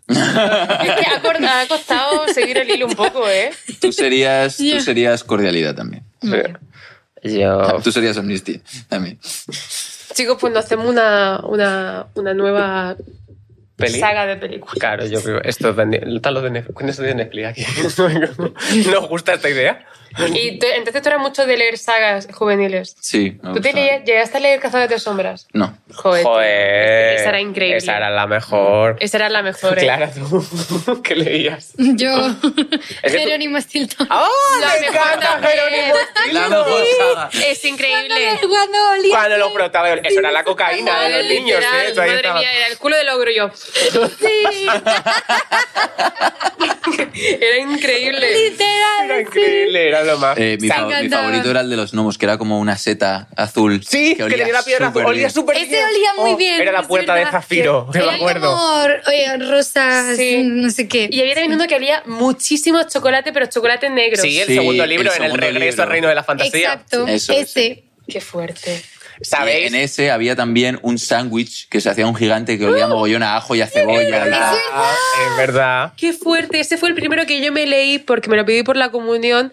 Es que ha cor- ha costado seguir el hilo un poco, ¿eh? Tú serías, tú Ya. serías cordialidad también. Yo. Tú serías amnistía también. Chicos, pues nos hacemos una, una, una nueva ¿Peli? saga de películas. Claro, yo creo. Esto es de, Ne- tal lo de Netflix. ¿Cuándo estoy de Netflix aquí? ¿Nos gusta esta idea? Y tú- entonces tú eras mucho de leer sagas juveniles. Sí. me ¿Tú te gusta. leías- llegaste a leer Cazadores de Sombras? No. Joder. tío. Joder. Esa era increíble. Esa era la mejor. Esa era la mejor. ¿eh? Clara, tú, ¿qué leías? Yo, Es que tú- Jerónimo Stilton. ¡Oh, La me mejor encanta también. Jerónimo! La mejor saga. Es increíble. Cuando olía Cuando lo frotaba, eso era la cocaína de los Madre, niños, literal, ¿eh? Eso ahí madre estaba. mía, era el culo del ogro yo. Sí, Era increíble. Era literal. increíble, era lo más. Eh, mi, Sa- fa- mi encantaba. favorito era el de los gnomos, que era como una seta azul. Sí, que, le olía dio la piedra azul, súper olía bien. súper Ese bien. Oh, olía muy bien, Era la es puerta de verdad. zafiro, que me Era acuerdo. como oye, rosas, Sí. no sé qué. Y había también uno que olía muchísimo chocolate, pero chocolate negro. Sí, el Sí, segundo el libro en el segundo regreso libro. al reino de la fantasía. Exacto, Eso, ese. Qué fuerte. ¿Sabéis? En ese había también un sándwich que se hacía un gigante que ¡Oh! olía mogollón a ajo y a cebolla. Ah, la- es verdad. Qué fuerte. Ese fue el primero que yo me leí porque me lo pedí por la comunión.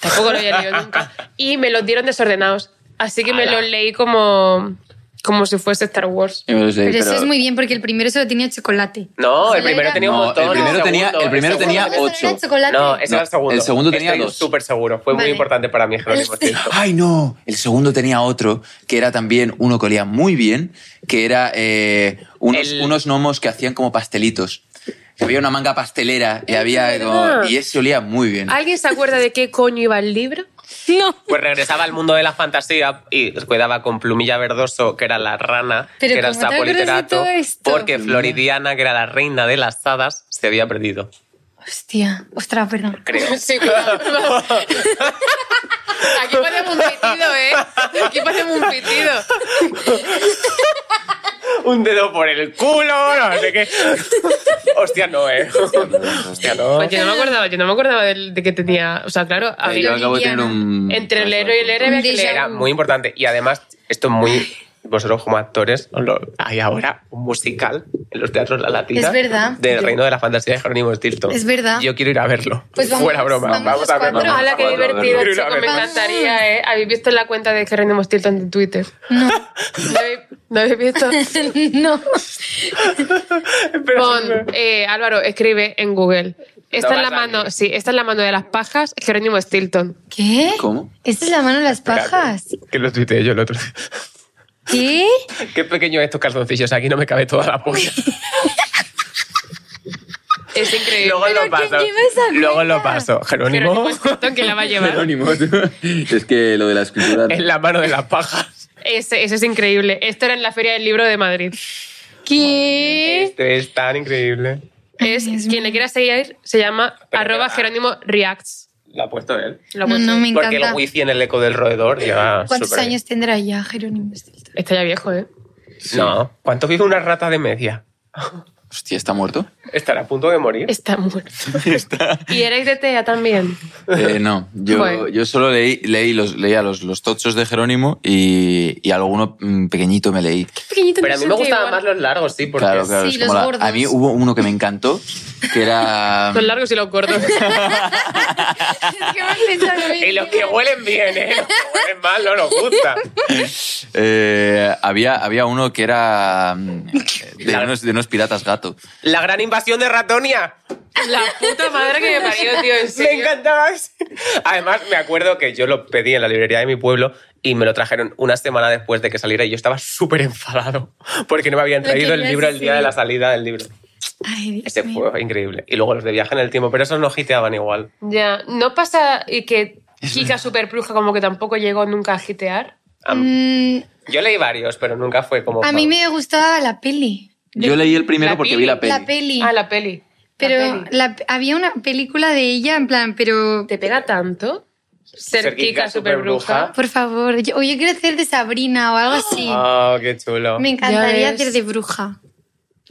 Tampoco lo había leído nunca. Y me los dieron desordenados. Así que me Ala. los leí como, como si fuese Star Wars. Y me lo sé, Pero, eso pero- es muy bien porque el primero solo tenía chocolate. No, el Era- primero tenía un No, el montón. primero tenía- segundo, el primero segundo tenía Solo tenía- ocho. tenía chocolate. No, ese No, era el segundo. el segundo tenía Estoy dos. súper seguro. Fue muy Vale. importante para mí, Jerónimo. Stilton. ¡Ay, no! El segundo tenía otro, que era también uno que olía muy bien, que era eh, unos, El- unos gnomos que hacían como pastelitos. Había una manga pastelera y había verdad. como- y ese olía muy bien. ¿Alguien se acuerda de qué coño iba el libro? No. Pues regresaba al mundo de la fantasía y cuidaba con Plumilla Verdoso, que era la rana, Pero que era el ¿cómo te sapo acuerdas de literato, todo esto? porque Floridiana, que era la reina de las hadas, se había perdido. Hostia, ostras, perdón. Creo. Sí, cuidado. Aquí ponemos un pitido, ¿eh? Aquí ponemos un pitido. Un dedo por el culo, no sé qué. Hostia, no, eh. Hostia, no. Pues yo no me acordaba, yo no me acordaba del- de, que tenía. O sea, claro, a Eh, yo ver, acabo de tener un... Entre el héroe y el héroe Un había que déjà leer. Era muy importante. Y además, esto es muy vosotros como actores, os lo- hay ahora un musical en los teatros La Latina. Es verdad. Del Yo- Reino de la Fantasía de Jerónimo Stilton. Es verdad. Yo quiero ir a verlo. Pues vamos- Fuera broma. vamos Vamos, los a verlo. cuatro. vamos Ojalá a que verlo. divertido, Quiero ir a chico, me verlo. encantaría, ¿eh? ¿Habéis visto la cuenta de Jerónimo Stilton en Twitter? No. habéis, ¿No habéis visto? no. Espera, Pon, eh, Álvaro, escribe en Google. Esta No es la vas a mano, ir. sí, esta es la mano de las pajas, Jerónimo Stilton. ¿Qué? ¿Cómo? ¿Esta es la mano de las espérate, pajas? Que lo tuiteé yo el otro día. ¿Qué? Qué pequeño estos calzoncillos, aquí no me cabe toda la polla. Es increíble. Luego ¿Pero lo paso. quién lleva esa Luego lo cuenta? paso. Jerónimo Jerónimo Stilton que la va a llevar. es que lo de la escritura... en la mano de las pajas. Ese, ese es increíble. Esto era en la Feria del Libro de Madrid. ¿Qué? Esto Este es tan increíble. Es, quien le quiera seguir se llama Pero arroba espera. Jerónimo Reacts. Lo ha puesto él. Lo No, puse. no, me Porque el encanta. wifi en el eco del roedor lleva ¿Cuántos súper bien. años tendrá ya Jerónimo Stilton? Está ya viejo, ¿eh? No. ¿Cuánto vive una rata de media? Hostia, ¿está muerto? Estará a punto de morir. Está muerto. Y eres de TEA también. Eh, no, yo, Joder. yo solo leí, leí, los, leía los, los tochos de Jerónimo y, y alguno mm, pequeñito me leí. Pequeñito, Pero a no mí se me sentía gustaban igual. más los largos, sí, porque Claro, claro. Sí, es como los la- gordos. a mí hubo uno que me encantó, que era... Los largos y los cortos. ¿Qué me has hecho lo Y los que mismo? huelen bien, ¿eh? Los que huelen mal no nos gusta. Eh, había, había uno que era mm, de unos, de unos piratas gato. La gran invasión de Ratonia. la puta madre que me parió, tío. en Me serio. encantaba. ese. Además, me acuerdo que yo lo pedí en la librería de mi pueblo y me lo trajeron una semana después de que saliera y yo estaba súper enfadado porque no me habían Lo traído el querías, libro el día sí. de la salida del libro. Ay, Dios Ese mío. fue increíble. Y luego los de viaje en el tiempo, pero esos no hiteaban igual. Ya, ¿no pasa y que Kika Superpluja como que tampoco llegó nunca a gitear? Am- Mm, Yo leí varios, pero nunca fue como... a mí me gustaba la peli. Yo leí el primero la porque peli, vi la peli. La peli. Ah, la peli. pero La peli. la- había una película de ella, en plan, pero. ¿Te pega tanto ser Kika Superbruja? Por favor, yo, o yo quiero hacer de Sabrina o algo así. Oh, qué chulo. Me encantaría Ya ves. hacer de bruja.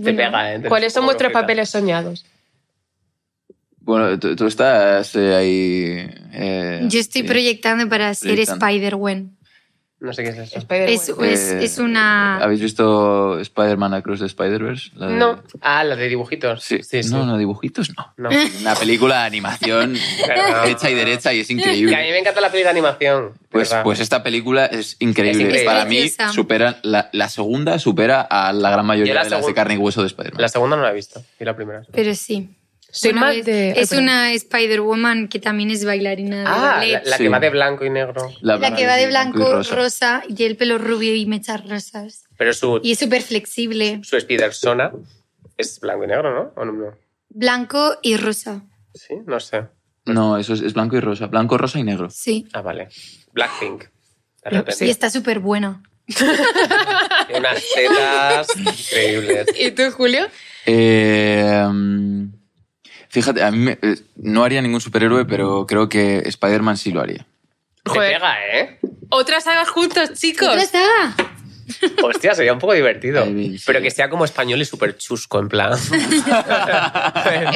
Te pega, ¿eh? Te ¿Cuáles son como vuestros brujita. papeles soñados? Bueno, tú, tú estás eh, ahí... eh, Yo estoy sí. proyectando para ser Proyectando. Spider-Wen. No sé qué es eso. Spider-Man. Es- Pues Eh, es una- ¿Habéis visto Spider-Man Across the Spider-Verse? La de- No. Ah, la de dibujitos. Sí. sí. sí. No, no, dibujitos no. No. Una película de animación Claro. hecha y derecha y es Que a mí increíble. me encanta la peli de animación. de Pues, verdad. pues esta película es increíble. Es increíble. Para mí Preciosa. supera la, la segunda supera a la gran mayoría Yo la de las de segunda- carne y hueso de Spider-Man. La segunda no la he visto. Y la primera. Pero sí. Soy Una más vez- de- ay, Es perdón. una Spider-Woman que también es bailarina de Ah, ballet. la, la Sí. que va de blanco y negro. La, que va de blanco, y rosa. y el pelo rubio y mechas rosas. Pero su, Y es súper flexible. su Spider-Sona es blanco y negro, ¿no? ¿O no, no? Blanco y rosa. Sí, no sé. No, eso es, es blanco y rosa. Blanco, rosa y negro. Sí. Ah, vale. Blackpink. De No, repente. Y está súper buena. Tiene unas tetas increíbles. ¿Y tú, Julio? Eh, mm, fíjate, a mí me- eh, no haría ningún superhéroe, pero creo que Spider-Man sí lo haría. Te Joder. pega, ¿eh? Otra saga juntos, chicos. ¿Otra saga? Hostia, sería un poco divertido. Ay, sí. Pero que sea como español y súper chusco, en plan.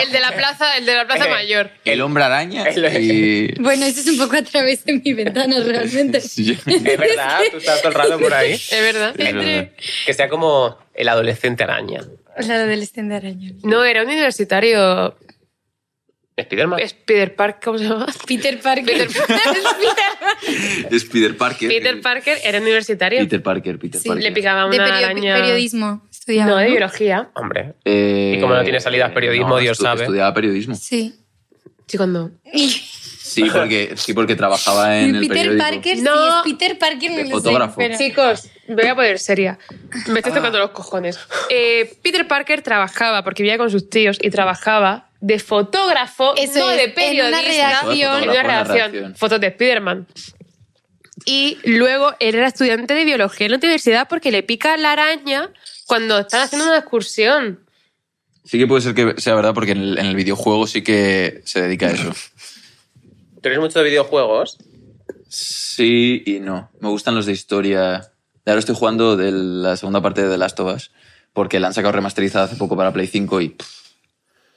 El de la plaza, el de la plaza mayor. El hombre araña El- y... Bueno, eso es un poco a través de mi ventana realmente. Sí. es verdad, tú estás todo el rato por ahí. Es verdad. Es verdad. Que sea como el adolescente araña. La adolescente araña. No, era un universitario. Spiderman. Peter Park, ¿cómo se llama? Peter Parker. Peter, Es Peter Parker. Peter Parker era universitario. Peter Parker, Peter Sí, Parker. Le picaba una de perio- araña. periodismo. Estudiaba. No, de ¿no? biología. Hombre, Eh, Y como no tiene salidas periodismo, Dios sabe. Estudiaba periodismo. Sí. Chicos, no. Sí, porque, sí, porque trabajaba en el Peter periódico. Parker, No. sí, es Peter Parker. no De lo sé, fotógrafo. pero- Chicos, me voy a poner seria. Me estoy Ah. tocando los cojones. Eh, Peter Parker trabajaba, porque vivía con sus tíos, y trabajaba de fotógrafo, Eso no es, de periodista. en una redacción. En una Fotógrafo en la redacción. redacción. Fotos de Spiderman. Y luego él era estudiante de biología en la universidad porque le pica la araña cuando están haciendo una excursión. Sí que puede ser que sea verdad, porque en el, en el videojuego sí que se dedica a eso. ¿tú eres mucho de videojuegos? Sí y no. Me gustan los de historia. Ahora estoy jugando de la segunda parte de The Last of Us, porque la han sacado remasterizada hace poco para Play 5 y... pff,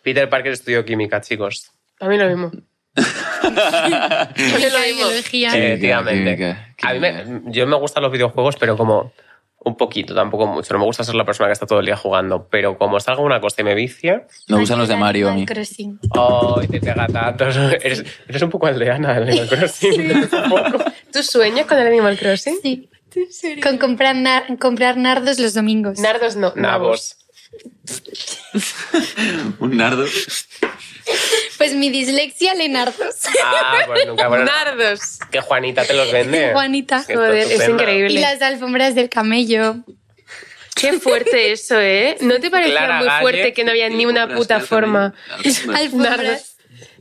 Peter Parker estudió química, chicos. A mí lo mismo. Yo lo la digo. biología. Sí. Química, Efectivamente. química, A mí me, yo me gustan los videojuegos, pero como Un poquito, tampoco mucho. No me gusta ser la persona que está todo el día jugando, pero como salga una cosa y me vicia, Me gustan los de Mario a mí. Crossing. ¡ay, te pega tanto! Eres, eres un poco aldeana, Animal Crossing. un poco. ¿Tú sueñas con el Animal Crossing? Sí. Con comprar, nar- comprar nardos los domingos. Nardos no. Nabos. Un nardo. pues mi dislexia le nardos. Ah, pues nunca. Bueno, Nardos. que Juanita te los vende. Juanita. Que Joder, esto es suena. increíble. Y las alfombras del camello. Qué fuerte eso, ¿eh? ¿No te parecía Clara muy Galle fuerte que no había ni una puta forma? Alfombras. Nardos.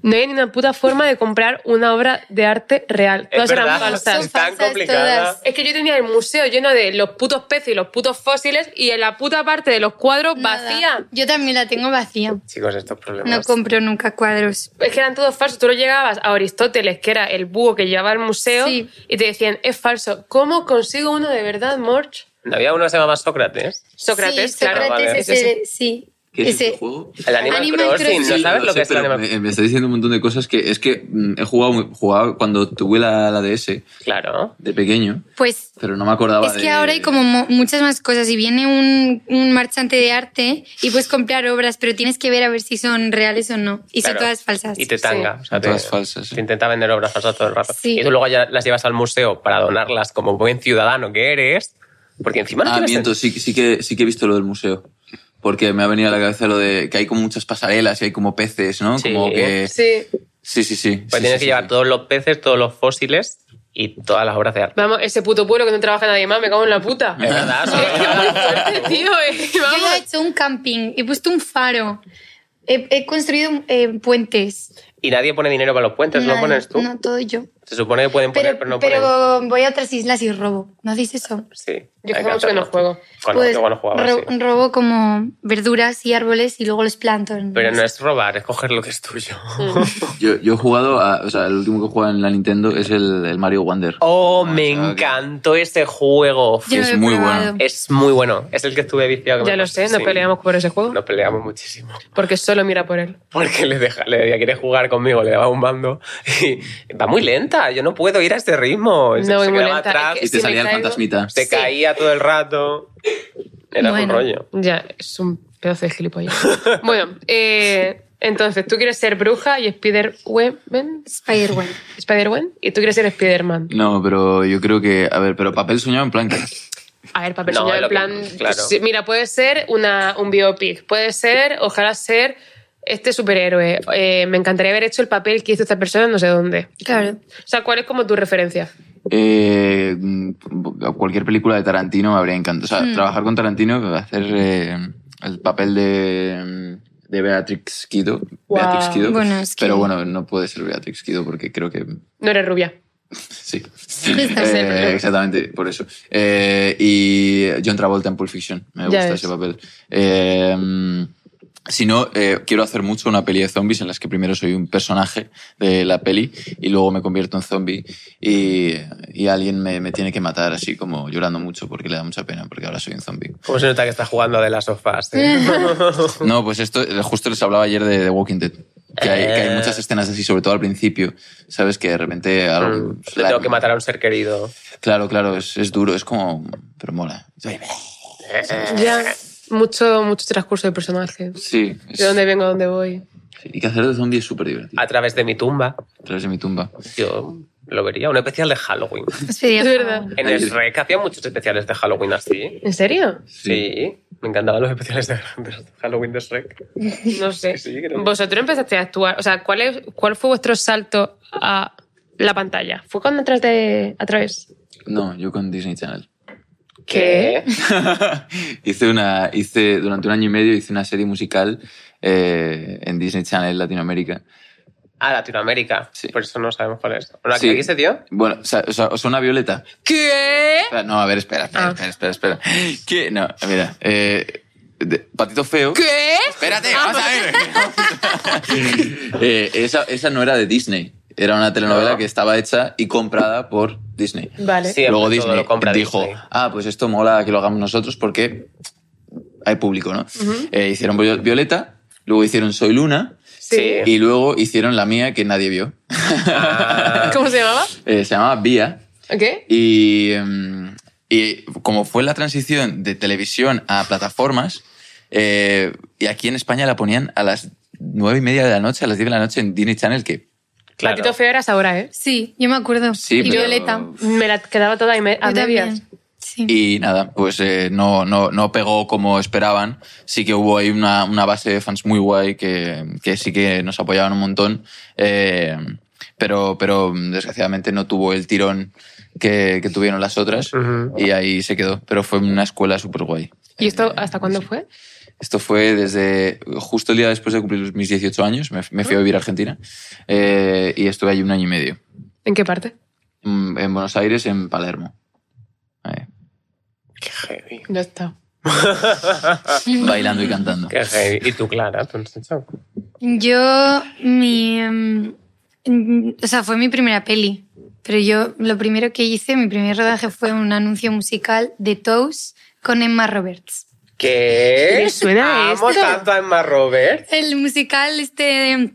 No había ni una puta forma de comprar una obra de arte real. Es Todas eran verdad, falsas. es tan Son falsas complicada. todas. Es que yo tenía el museo lleno de los putos peces y los putos fósiles y en la puta parte de los cuadros Nada. vacía. Yo también la tengo vacía. Chicos, estos problemas. No compro nunca cuadros. Es que eran todos falsos. Tú lo llegabas a Aristóteles, que era el búho que llevaba al museo, Sí. y te decían, es falso. ¿Cómo consigo uno de verdad, Morch? ¿No había uno que se llamaba Sócrates? Sócrates, Sí, claro. Sócrates vale. ese, sí. ¿Qué es Ese. este juego? El Animal, Animal Crossing. Crossing. ¿No Sí, sabes no lo sé, que es el pero Animal me, me está diciendo un montón de cosas que es que mm, he jugado, muy- jugaba cuando tuve la, la DS Claro. de pequeño, Pues pero no me acordaba es que de- ahora hay como mo- muchas más cosas y viene un, un marchante de arte y puedes comprar obras, pero tienes que ver a ver si son reales o no. Y Claro. son todas falsas. Y te tanga. O sea, Son te- todas falsas, sí. Te intenta vender obras falsas todo el rato. Sí. Y tú luego ya las llevas al museo para donarlas como buen ciudadano que eres. Porque encima no Ah, tienes- miento, sí, sí, que, sí que he visto lo del museo. Porque me ha venido a la cabeza lo de que hay como muchas pasarelas y hay como peces, ¿no? Sí. Como que... Sí. Sí, sí, sí. Pues sí, tienes sí, que sí, llevar sí. todos los peces, todos los fósiles y todas las obras de arte. Vamos, ese puto pueblo que no trabaja nadie más, me cago en la puta. Es verdad, Es que es muy son- fuerte, tío. eh. Yo Vamos. ya he hecho un camping, he puesto un faro, he, he construido eh, puentes. Y nadie pone dinero para los puentes, lo Nada, pones tú. No, todo yo. Se supone que pueden poner, Pero, pero, no ponen. pero voy a otras islas y robo. ¿No hacéis eso? Sí. Yo hay hace mucho que no hacerlo. juego. Cuando, Pues, cuando jugaba, ro- sí. robo como verduras y árboles y luego los planto. en- Pero no es robar, es coger lo que es tuyo. Yo, yo he jugado a... O sea, el último que he jugado en la Nintendo es el, el Mario Wonder. Oh, me Ah, ok. encantó ese juego. Yo no es lo he muy bueno. probado. Es muy bueno. Es el que estuve viciado. que Ya me lo pasé. sé, nos Sí. peleamos por ese juego. Nos peleamos muchísimo. Porque solo mira por él. Porque le deja, le decía, ¿quieres jugar conmigo? Le daba un bando. Y va muy lenta. Yo no puedo ir a este ritmo. Y se- No, se voy muy quedaba lenta. atrás, Es y que te si me salía el caigo- fantasmita. se sí. caía todo el rato. Era un Bueno. rollo. Ya, es un pedazo de gilipollas. bueno, eh, entonces tú quieres ser bruja y Spider-Woman. Spider-Man. Spider-Woman. Y tú quieres ser Spider-Man. No, pero yo creo que... A ver, pero papel soñado en plan que... A ver, papel No, soñado, lo en que- plan. claro. sí, mira, puede ser una, un biopic. Puede ser, ojalá ser este superhéroe. Eh, me encantaría haber hecho el papel que hizo esta persona no sé dónde. Claro. O sea, ¿cuál es como tu referencia? Eh, mm, cualquier película de Tarantino me habría encantado. O sea, Hmm. trabajar con Tarantino, hacer eh, el papel de, de Beatrix Kido. Guau. Beatrix Kido. Bueno, es que- Pero bueno, no puede ser Beatrix Kido porque creo que No eres rubia. sí. Está Eh, bien. exactamente, por eso. Eh, y John Travolta en Pulp Fiction. Me Ya gusta ves. ese papel. Eh, mm, si no, eh, quiero hacer mucho una peli de zombies en las que primero soy un personaje de la peli y luego me convierto en zombie y, y alguien me, me tiene que matar así como llorando mucho porque le da mucha pena porque ahora soy un zombie. ¿Cómo se nota que está jugando a de las sofás? eh? No, pues esto, eh, justo les hablaba ayer de The Walking Dead. Que hay, que hay Eh. muchas escenas así, sobre todo al principio, ¿sabes? Que de repente... algo- Mm, Le tengo que matar a un ser querido. Claro, claro, es, es duro, es como... Pero mola. Ya. Mucho, mucho transcurso de personaje. Sí. De dónde Ah, vengo, a dónde voy. Y que hacer de zombie es súper divertido. A través de mi tumba. A través de mi tumba. Yo lo vería. Un especial de Halloween. Os pedía Es por verdad. favor. En Ay, el REC hacían muchos especiales de Halloween así. ¿En serio? Sí. Me encantaban los especiales de de Halloween de Shrek. No sé. Sí, creo que- Vosotros empezaste a actuar. O sea, ¿cuál, es, ¿cuál fue vuestro salto a la pantalla? ¿Fue cuando entraste a través? No, yo con Disney Channel. ¿Qué? hice una, hice, durante un año y medio hice una serie musical eh, en Disney Channel Latinoamérica. Ah, Latinoamérica. Sí. Por eso no sabemos cuál es. Bueno, Sí. aquí se dio. Bueno, o sea, o sea, ¿os suena Violeta? ¿Qué? Espera, No, a ver, espera, espera, Ah. espera, espera, espera. ¿Qué? No, mira, eh, de- Patito Feo. ¿Qué? Ah, Espérate, vamos a ver. Eh, esa, esa no era de Disney. Era una telenovela No. que estaba hecha y comprada por Disney. Vale. Sí. Siempre Luego todo Disney lo compra dijo, Disney. ah, pues esto mola que lo hagamos nosotros porque hay público, ¿no? Eh, hicieron Viol- Violeta, luego hicieron Soy Luna Sí. y luego hicieron la mía que nadie vio. Ah, ¿Cómo se llamaba? Eh, se llamaba Vía ¿Qué? y, mm, Y como fue la transición de televisión a plataformas, eh, y aquí en España la ponían a las nueve y media de la noche, a las 10 de la noche en Disney Channel, que Claro. Patito feo eras ahora, ¿eh? Sí, yo me acuerdo. sí, y pero- Violeta. Me la quedaba toda y me- a Yo medias. también. Sí. Y nada, pues eh, no, no, no pegó como esperaban. Sí que hubo ahí una, una base de fans muy guay que, que sí que nos apoyaban un montón. eh, pero, pero desgraciadamente no tuvo el tirón que, que tuvieron las otras. Ujú. Y ahí se quedó. Pero fue una escuela súper guay. ¿Y esto hasta cuándo fue? Esto fue desde justo el día después de cumplir mis 18 años. Me, me fui a vivir a Argentina. eh, y estuve allí un año y medio. ¿En qué parte? Mm, En Buenos Aires, en Palermo. Eh, Ahí, Qué heavy. No está. bailando y cantando. Qué heavy. ¿Y tú, Clara? ¿Tú no has hecho? Yo, mi. em, mm, o sea, fue mi primera peli. Pero yo, lo primero que hice, mi primer rodaje fue un anuncio musical de Toes con Emma Roberts. ¿Qué? ¿Le suena Amo esto? tanto a Emma Robert. El musical, este.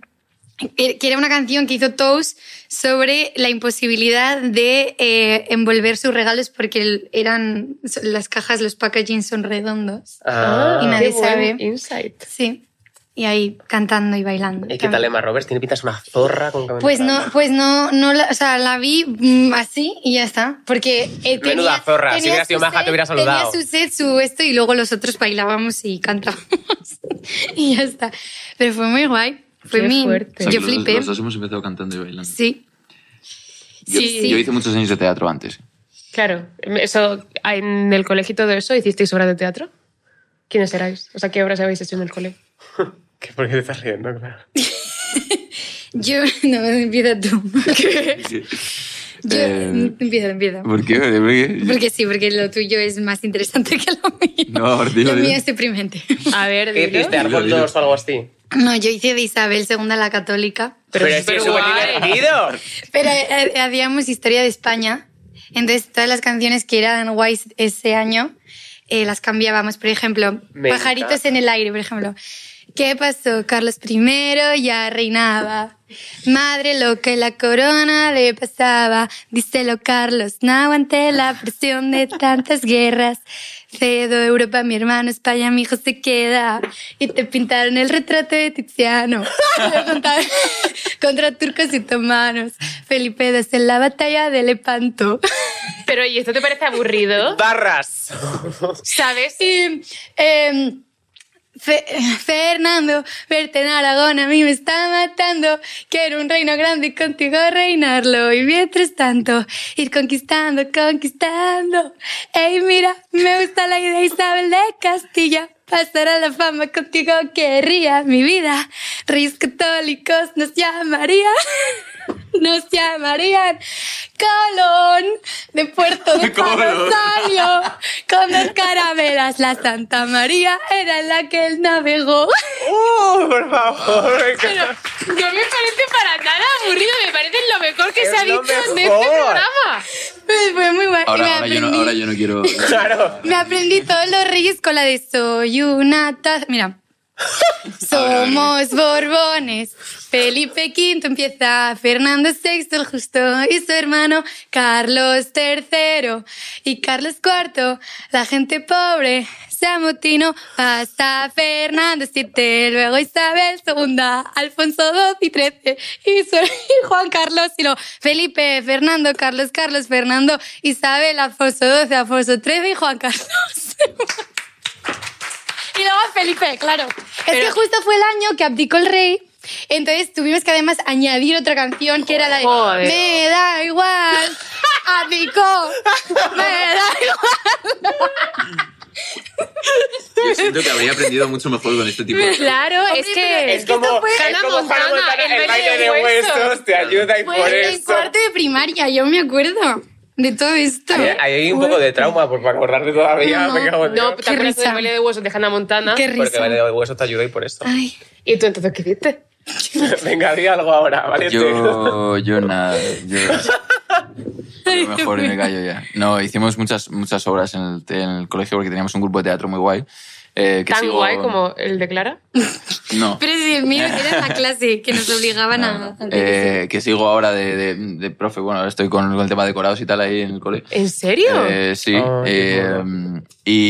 que que era una canción que hizo Toes sobre la imposibilidad de eh, envolver sus regalos porque el- eran las cajas, los packaging son redondos. Ah. Y nadie qué buen sabe. Insight. Sí. Y ahí cantando y bailando. ¿Y qué tal Emma Roberts? Tiene pintas una zorra con cabeza. Pues no, pues no, no, la- o sea, la vi mm, así y ya está. Porque eh, tenía, Menuda zorra, si tenía hubiera sido su maja, te set, hubiera saludado. Tenía su set, su esto y luego los otros bailábamos y cantábamos y ya está. Pero fue muy guay. Fue Qué mi, fuerte. O sea, que yo los- flipé. Los, dos hemos empezado cantando y bailando. sí. Yo, Sí. yo hice muchos años de teatro antes. Claro, em, eso, ah, en el colegio y todo eso, ¿hicisteis obras de teatro? ¿Quiénes erais? O sea, ¿qué obras habéis hecho en el colegio? ¿Qué, ¿Por qué te estás riendo, Clara? Yo no empieza tú. yo Eh, empieza, empieza. ¿Por qué? ¿Por qué? Porque sí, porque lo tuyo es más interesante que lo mío. No, dilo, lo dilo. mío es deprimente. A ver, ¿Qué dilo. hiciste? ¿Árbol Dilo, dilo. 2 o algo así? No, yo hice de Isabel II la católica. Pero es es que es súper superguay. divertido. Pero eh, eh, hacíamos historia de España, entonces todas las canciones que eran guays ese año eh, las cambiábamos. Por ejemplo, Me Pajaritos encanta. en el aire, por ejemplo. ¿Qué pasó? Carlos I ya reinaba. Madre lo que la corona le pasaba. Díselo, Carlos, no aguanté la presión de tantas guerras. Cedo Europa, mi hermano, España, mi hijo se queda. Y te pintaron el retrato de Tiziano. Contra- Contra turcos y otomanos. Felipe II en la batalla de Lepanto. Pero, ¿y esto te parece aburrido? Barras. ¿Sabes? Sí, em, Fe- Fernando, verte en Aragón a mí me está matando. Quiero un reino grande y contigo reinarlo. Y mientras tanto, ir conquistando, conquistando. Ey, mira, me gusta la idea Isabel de Castilla. Pasar a la fama contigo querría mi vida. Reyes católicos nos llamarían. Nos llamarían Colón de Puerto de Colón. Rosario con dos carabelas. La Santa María era la que él navegó. ¡Uh, por favor! No me parece para nada aburrido, me parece lo mejor que Es se ha lo dicho en este mejor. programa. Pues Fue muy guay. Y me Ahora, ahora yo no, aprendí- ahora yo no quiero. Claro. Me aprendí todos los reyes con la de soy una taza. Mira. Somos Borbones. Felipe V empieza, Fernando VI el justo y su hermano Carlos III y Carlos IV. La gente pobre se amotinó hasta Fernando VII, luego Isabel II, Alfonso II y XIII y, su- y Juan Carlos y luego Felipe, Fernando, Carlos, Carlos, Fernando, Isabel, Alfonso XII, Alfonso XIII y Juan Carlos. Y luego Felipe, claro. Es que justo fue el año que abdicó el rey. Entonces tuvimos que además añadir otra canción que era la de Joder. Me da igual, abdicó, me da igual. Yo siento que habría aprendido mucho mejor con este tipo. Claro, es que. pues. Es como, es Hannah como Hannah Montana, Montana, el el baile de huesos. te ayuda y por Fue en eso. cuarto de primaria, yo me acuerdo de todo esto. Ahí ahí hay un poco de trauma por para acordarte todavía. No, me cago en No, Dios. te acuerdas del risa. baile de huesos de Hannah Montana. Qué Porque el risa. baile de huesos te ayuda y por eso. Ay, ¿Y tú entonces qué hiciste? Venga, di algo ahora, ¿vale? Yo, yo nada. Yo, yo mejor me callo ya. No, hicimos muchas, muchas obras en el, en el colegio porque teníamos un grupo de teatro muy guay. eh, que Tan sigo- guay como el de Clara. No. Pero si el mío era la clase que nos obligaban a... a Eh, que sigo ahora de, de- de profe, bueno, ahora estoy con, con el tema de decorados y tal ahí en el cole. ¿En serio? Eh, sí. Ah, qué eh,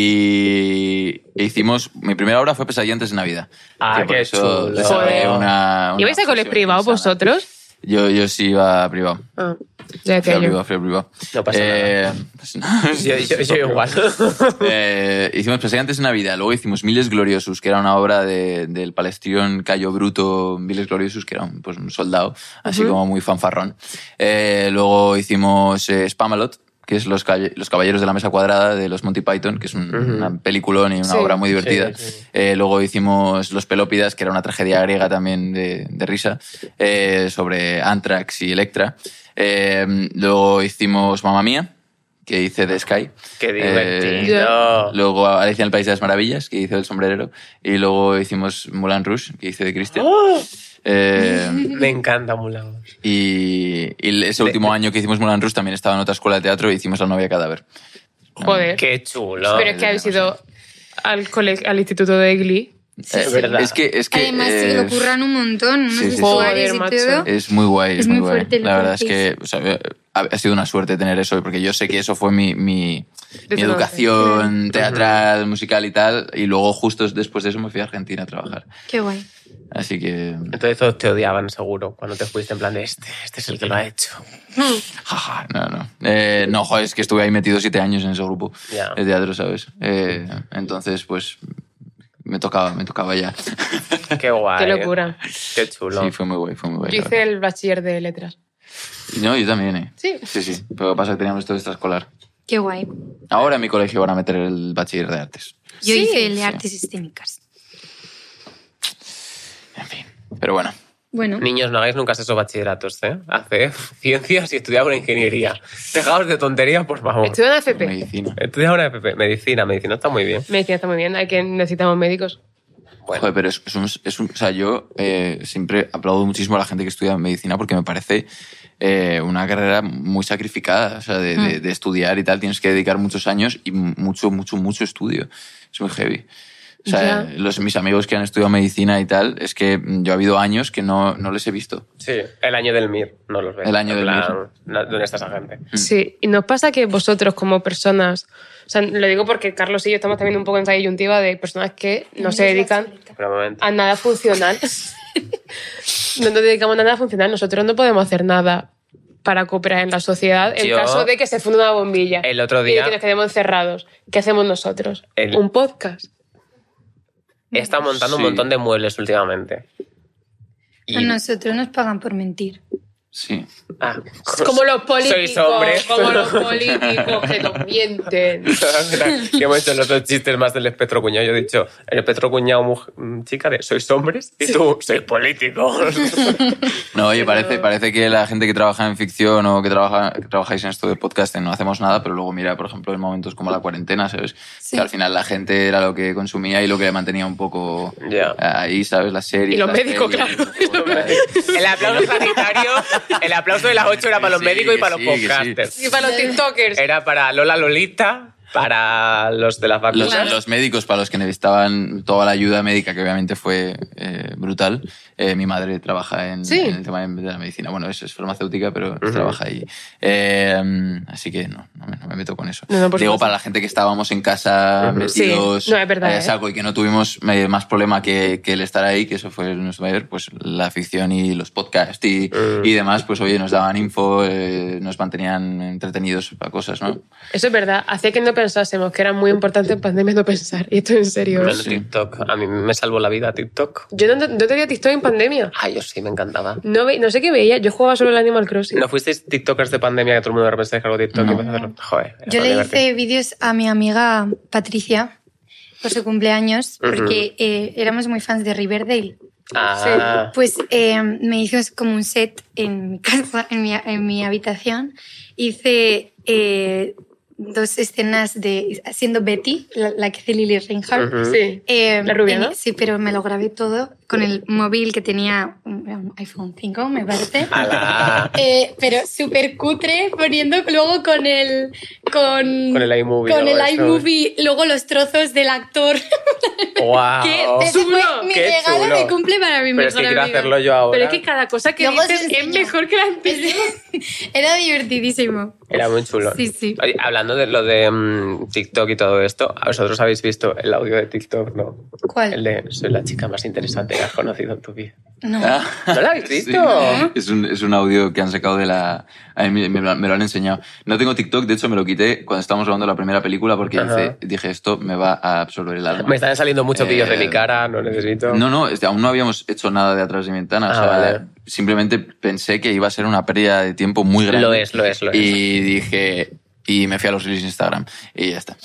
y e hicimos. Mi primera obra fue Pesadilla antes de Navidad. Ah, que por qué eso chulo. desarrollé Joder. una, una ¿Ibais a coles obsesión privados insana. vosotros? Yo, yo sí iba a privado. Ah, ya Fui a decía yo. privado, fui a privado. No pasa nada. pues no. Yo, yo- yo igual. Eh, hicimos Pesadilla antes de Navidad, luego hicimos Miles Gloriosus, que era una obra de- del palestrión Cayo Bruto, Miles Gloriosus, que era un, pues, un soldado, así como muy fanfarrón. Eh, luego hicimos eh, Spamalot, que es los, Calle- los Caballeros de la Mesa Cuadrada de los Monty Python, que es un, una peliculón y una Sí. obra muy divertida. Sí, sí. Eh, luego hicimos Los Pelópidas, que era una tragedia griega también de, de risa, eh, sobre Anthrax y Electra. Eh, luego hicimos Mamma Mía, que hice de Sky. Qué Eh, divertido. luego Alicia en el País de las Maravillas, que hizo El Sombrerero. Y luego hicimos Mulan Rush, que hice de Christian. ¡Oh! Eh, Me encanta Mulan. y, y ese último año que hicimos Mulan Rush también estaba en otra escuela de teatro y hicimos La novia cadáver. Joder. Qué chulo. ¿Eh? Pero es que habéis ido al, cole- al instituto de Glee. Eh, es verdad. Es que, es que Además, eh, se lo curran un montón, unos sí, sí, sí. vestuarios Joder, y todo. macho. Es muy guay, Es es, muy, muy guay. fuerte lo La que verdad es hacéis. que o sea, ha, ha sido una suerte tener eso, porque yo sé que eso fue mi, mi, mi Detonante. educación teatral, musical y tal. Y luego, justo después de eso, me fui a Argentina a trabajar. Qué guay. Así que. Entonces todos te odiaban, seguro, cuando te fuiste en plan de este. Este es el que lo ha hecho. Jaja, no, no. Eh, no, joder, es que estuve ahí metido siete años en ese grupo Ya. de teatro, ¿sabes? Eh, entonces, pues me tocaba, me tocaba ya. Qué Ah, guay. eh, Qué locura. Qué chulo. Sí, fue muy guay, fue muy guay. Yo la hice el bachiller de letras. verdad. No, yo también, ¿eh? Sí. Sí, sí. Pero lo que pasa es que teníamos todo extraescolar. Qué guay. Ahora en mi colegio van a meter el bachiller de artes. Yo Sí. hice el de artes escénicas. En fin. Pero bueno, Bueno, Niños, no hagáis nunca esos bachilleratos, ¿eh? Haced ciencias y estudiad una ingeniería. Dejaos de tonterías, por Oh, favor. Estuve en AFP. medicina. Estudiad una FP. Medicina, medicina está muy bien. Medicina está muy bien, hay que necesitamos médicos. Bueno, Joder, pero es, es un, es un- O sea, yo eh, siempre aplaudo muchísimo a la gente que estudia medicina porque me parece eh, una carrera muy sacrificada. O sea, de, de- de estudiar y tal, tienes que dedicar muchos años y mucho, mucho, mucho estudio. Es muy heavy. O sea, Ya. los, mis amigos que han estudiado medicina y tal, es que mm, yo ha habido años que no, no les he visto. sí, el año del MIR, no los ves. El año En del plan, MIR. no- ¿Dónde está esa gente? Mm. Sí, y nos pasa que vosotros como personas, o sea, lo digo porque Carlos y yo estamos también un poco en esa disyuntiva de personas que no se dedican Pero un momento. a nada funcional. no nos dedicamos a nada funcional, nosotros no podemos hacer nada para cooperar en la sociedad en Yo- caso de que se funde una bombilla El otro y de día que nos quedemos encerrados. ¿Qué hacemos nosotros? El- Un podcast. he estado montando un Sí. montón de muebles últimamente. Y- Ah, a nosotros nos pagan por mentir. Sí. Ah, Como los políticos, Sois hombres. como los políticos que nos mienten. que hemos hecho los dos chistes más del espectro cuñado. Yo he dicho, el espectro cuñado muj- mm, chica de sois hombres y tú sois políticos. No, oye, parece, parece que la gente que trabaja en ficción o que, trabaja, que trabajáis en esto de podcasting no hacemos nada, pero luego mira, por ejemplo, en momentos como la cuarentena, ¿sabes? Sí. Que al final la gente era lo que consumía y lo que le mantenía un poco Ya. ahí, ¿sabes? Las series. Y los las médicos, pelis, claro. los podcasts. el aplauso sanitario, el aplauso de las 8 era para los Sí, médicos y que para sí, los que sí. podcasters. Y para los TikTokers. Era para Lola Lolita, para los de las Los, vacunas. los médicos para los que necesitaban toda la ayuda médica, que obviamente fue eh, brutal. Eh, mi madre trabaja en, Sí. en el tema de la medicina. Bueno, es, es farmacéutica, pero trabaja ahí. Eh, así que no, no me, no me meto con eso. No, no, por Digo, supuesto. para la gente que estábamos en casa metidos, Sí. No, es verdad, eh, ¿eh? saco, y que no tuvimos eh, más problema que, que el estar ahí, que eso fue nuestro mayor, pues la ficción y los podcasts y, y demás, pues oye, nos daban info, eh, nos mantenían entretenidos para cosas, ¿no? Eso es verdad, hacía que no pensásemos que era muy importante en pandemia no pensar. Y esto en serio. Bueno, TikTok. A mí me salvó la vida TikTok. Yo no, no tenía TikTok en pandemia. Ay, yo sí, me encantaba. No, ve- no sé qué veía, yo jugaba solo el Animal Crossing. ¿No fuisteis TikTokers de pandemia que todo el mundo de repente se descargó TikTok y empezó a hacerlo? Joder. era Yo le divertido. hice vídeos a mi amiga Patricia por su cumpleaños, porque eh, éramos muy fans de Riverdale. Ah, Pues eh, me hizo como un set en mi casa, en mi, en mi habitación. Hice eh, dos escenas de siendo Betty, la, la que hace Lily Reinhardt. Ujú. Sí. Eh, La rubia, en- ¿no? Sí, pero me lo grabé todo con el móvil que tenía un, era un iPhone 5, me parece. Ala. Eh, pero súper cutre, poniendo luego con el. Con, Con el iMovie Con o el eso. iMovie, luego los trozos del actor. ¡Guau! que ese ¡Chulo! fue mi Ah, ¡Qué regalo chulo! de cumple para mi Pero es mejor que quiero amiga. hacerlo yo ahora. Pero es que cada cosa que Luego os dices es enseño. mejor que la anterior. Era divertidísimo. Era muy chulo. Sí, sí. Oye, hablando de lo de mm, TikTok y todo esto, ¿a ¿vosotros habéis visto el audio de TikTok? No. ¿Cuál? El de soy la chica más interesante que has conocido en tu vida. No. ¿No lo habéis visto? Ah. Sí. Es, un, es un audio que han sacado de la... A mí me, me lo- me lo han enseñado. No tengo TikTok, de hecho me lo quité cuando estábamos grabando la primera película porque Ajá. hice- dije esto me va a absorber el alma. Me están saliendo muchos Eh, vídeos de mi cara, no necesito. No, no, este, aún no habíamos hecho nada de atrás de mi ventana. o Ah, sea, vale. Simplemente pensé que iba a ser una pérdida de tiempo muy grande. Lo es, lo es, lo es. Y dije... Y me fui a los reels de Instagram. Y ya está.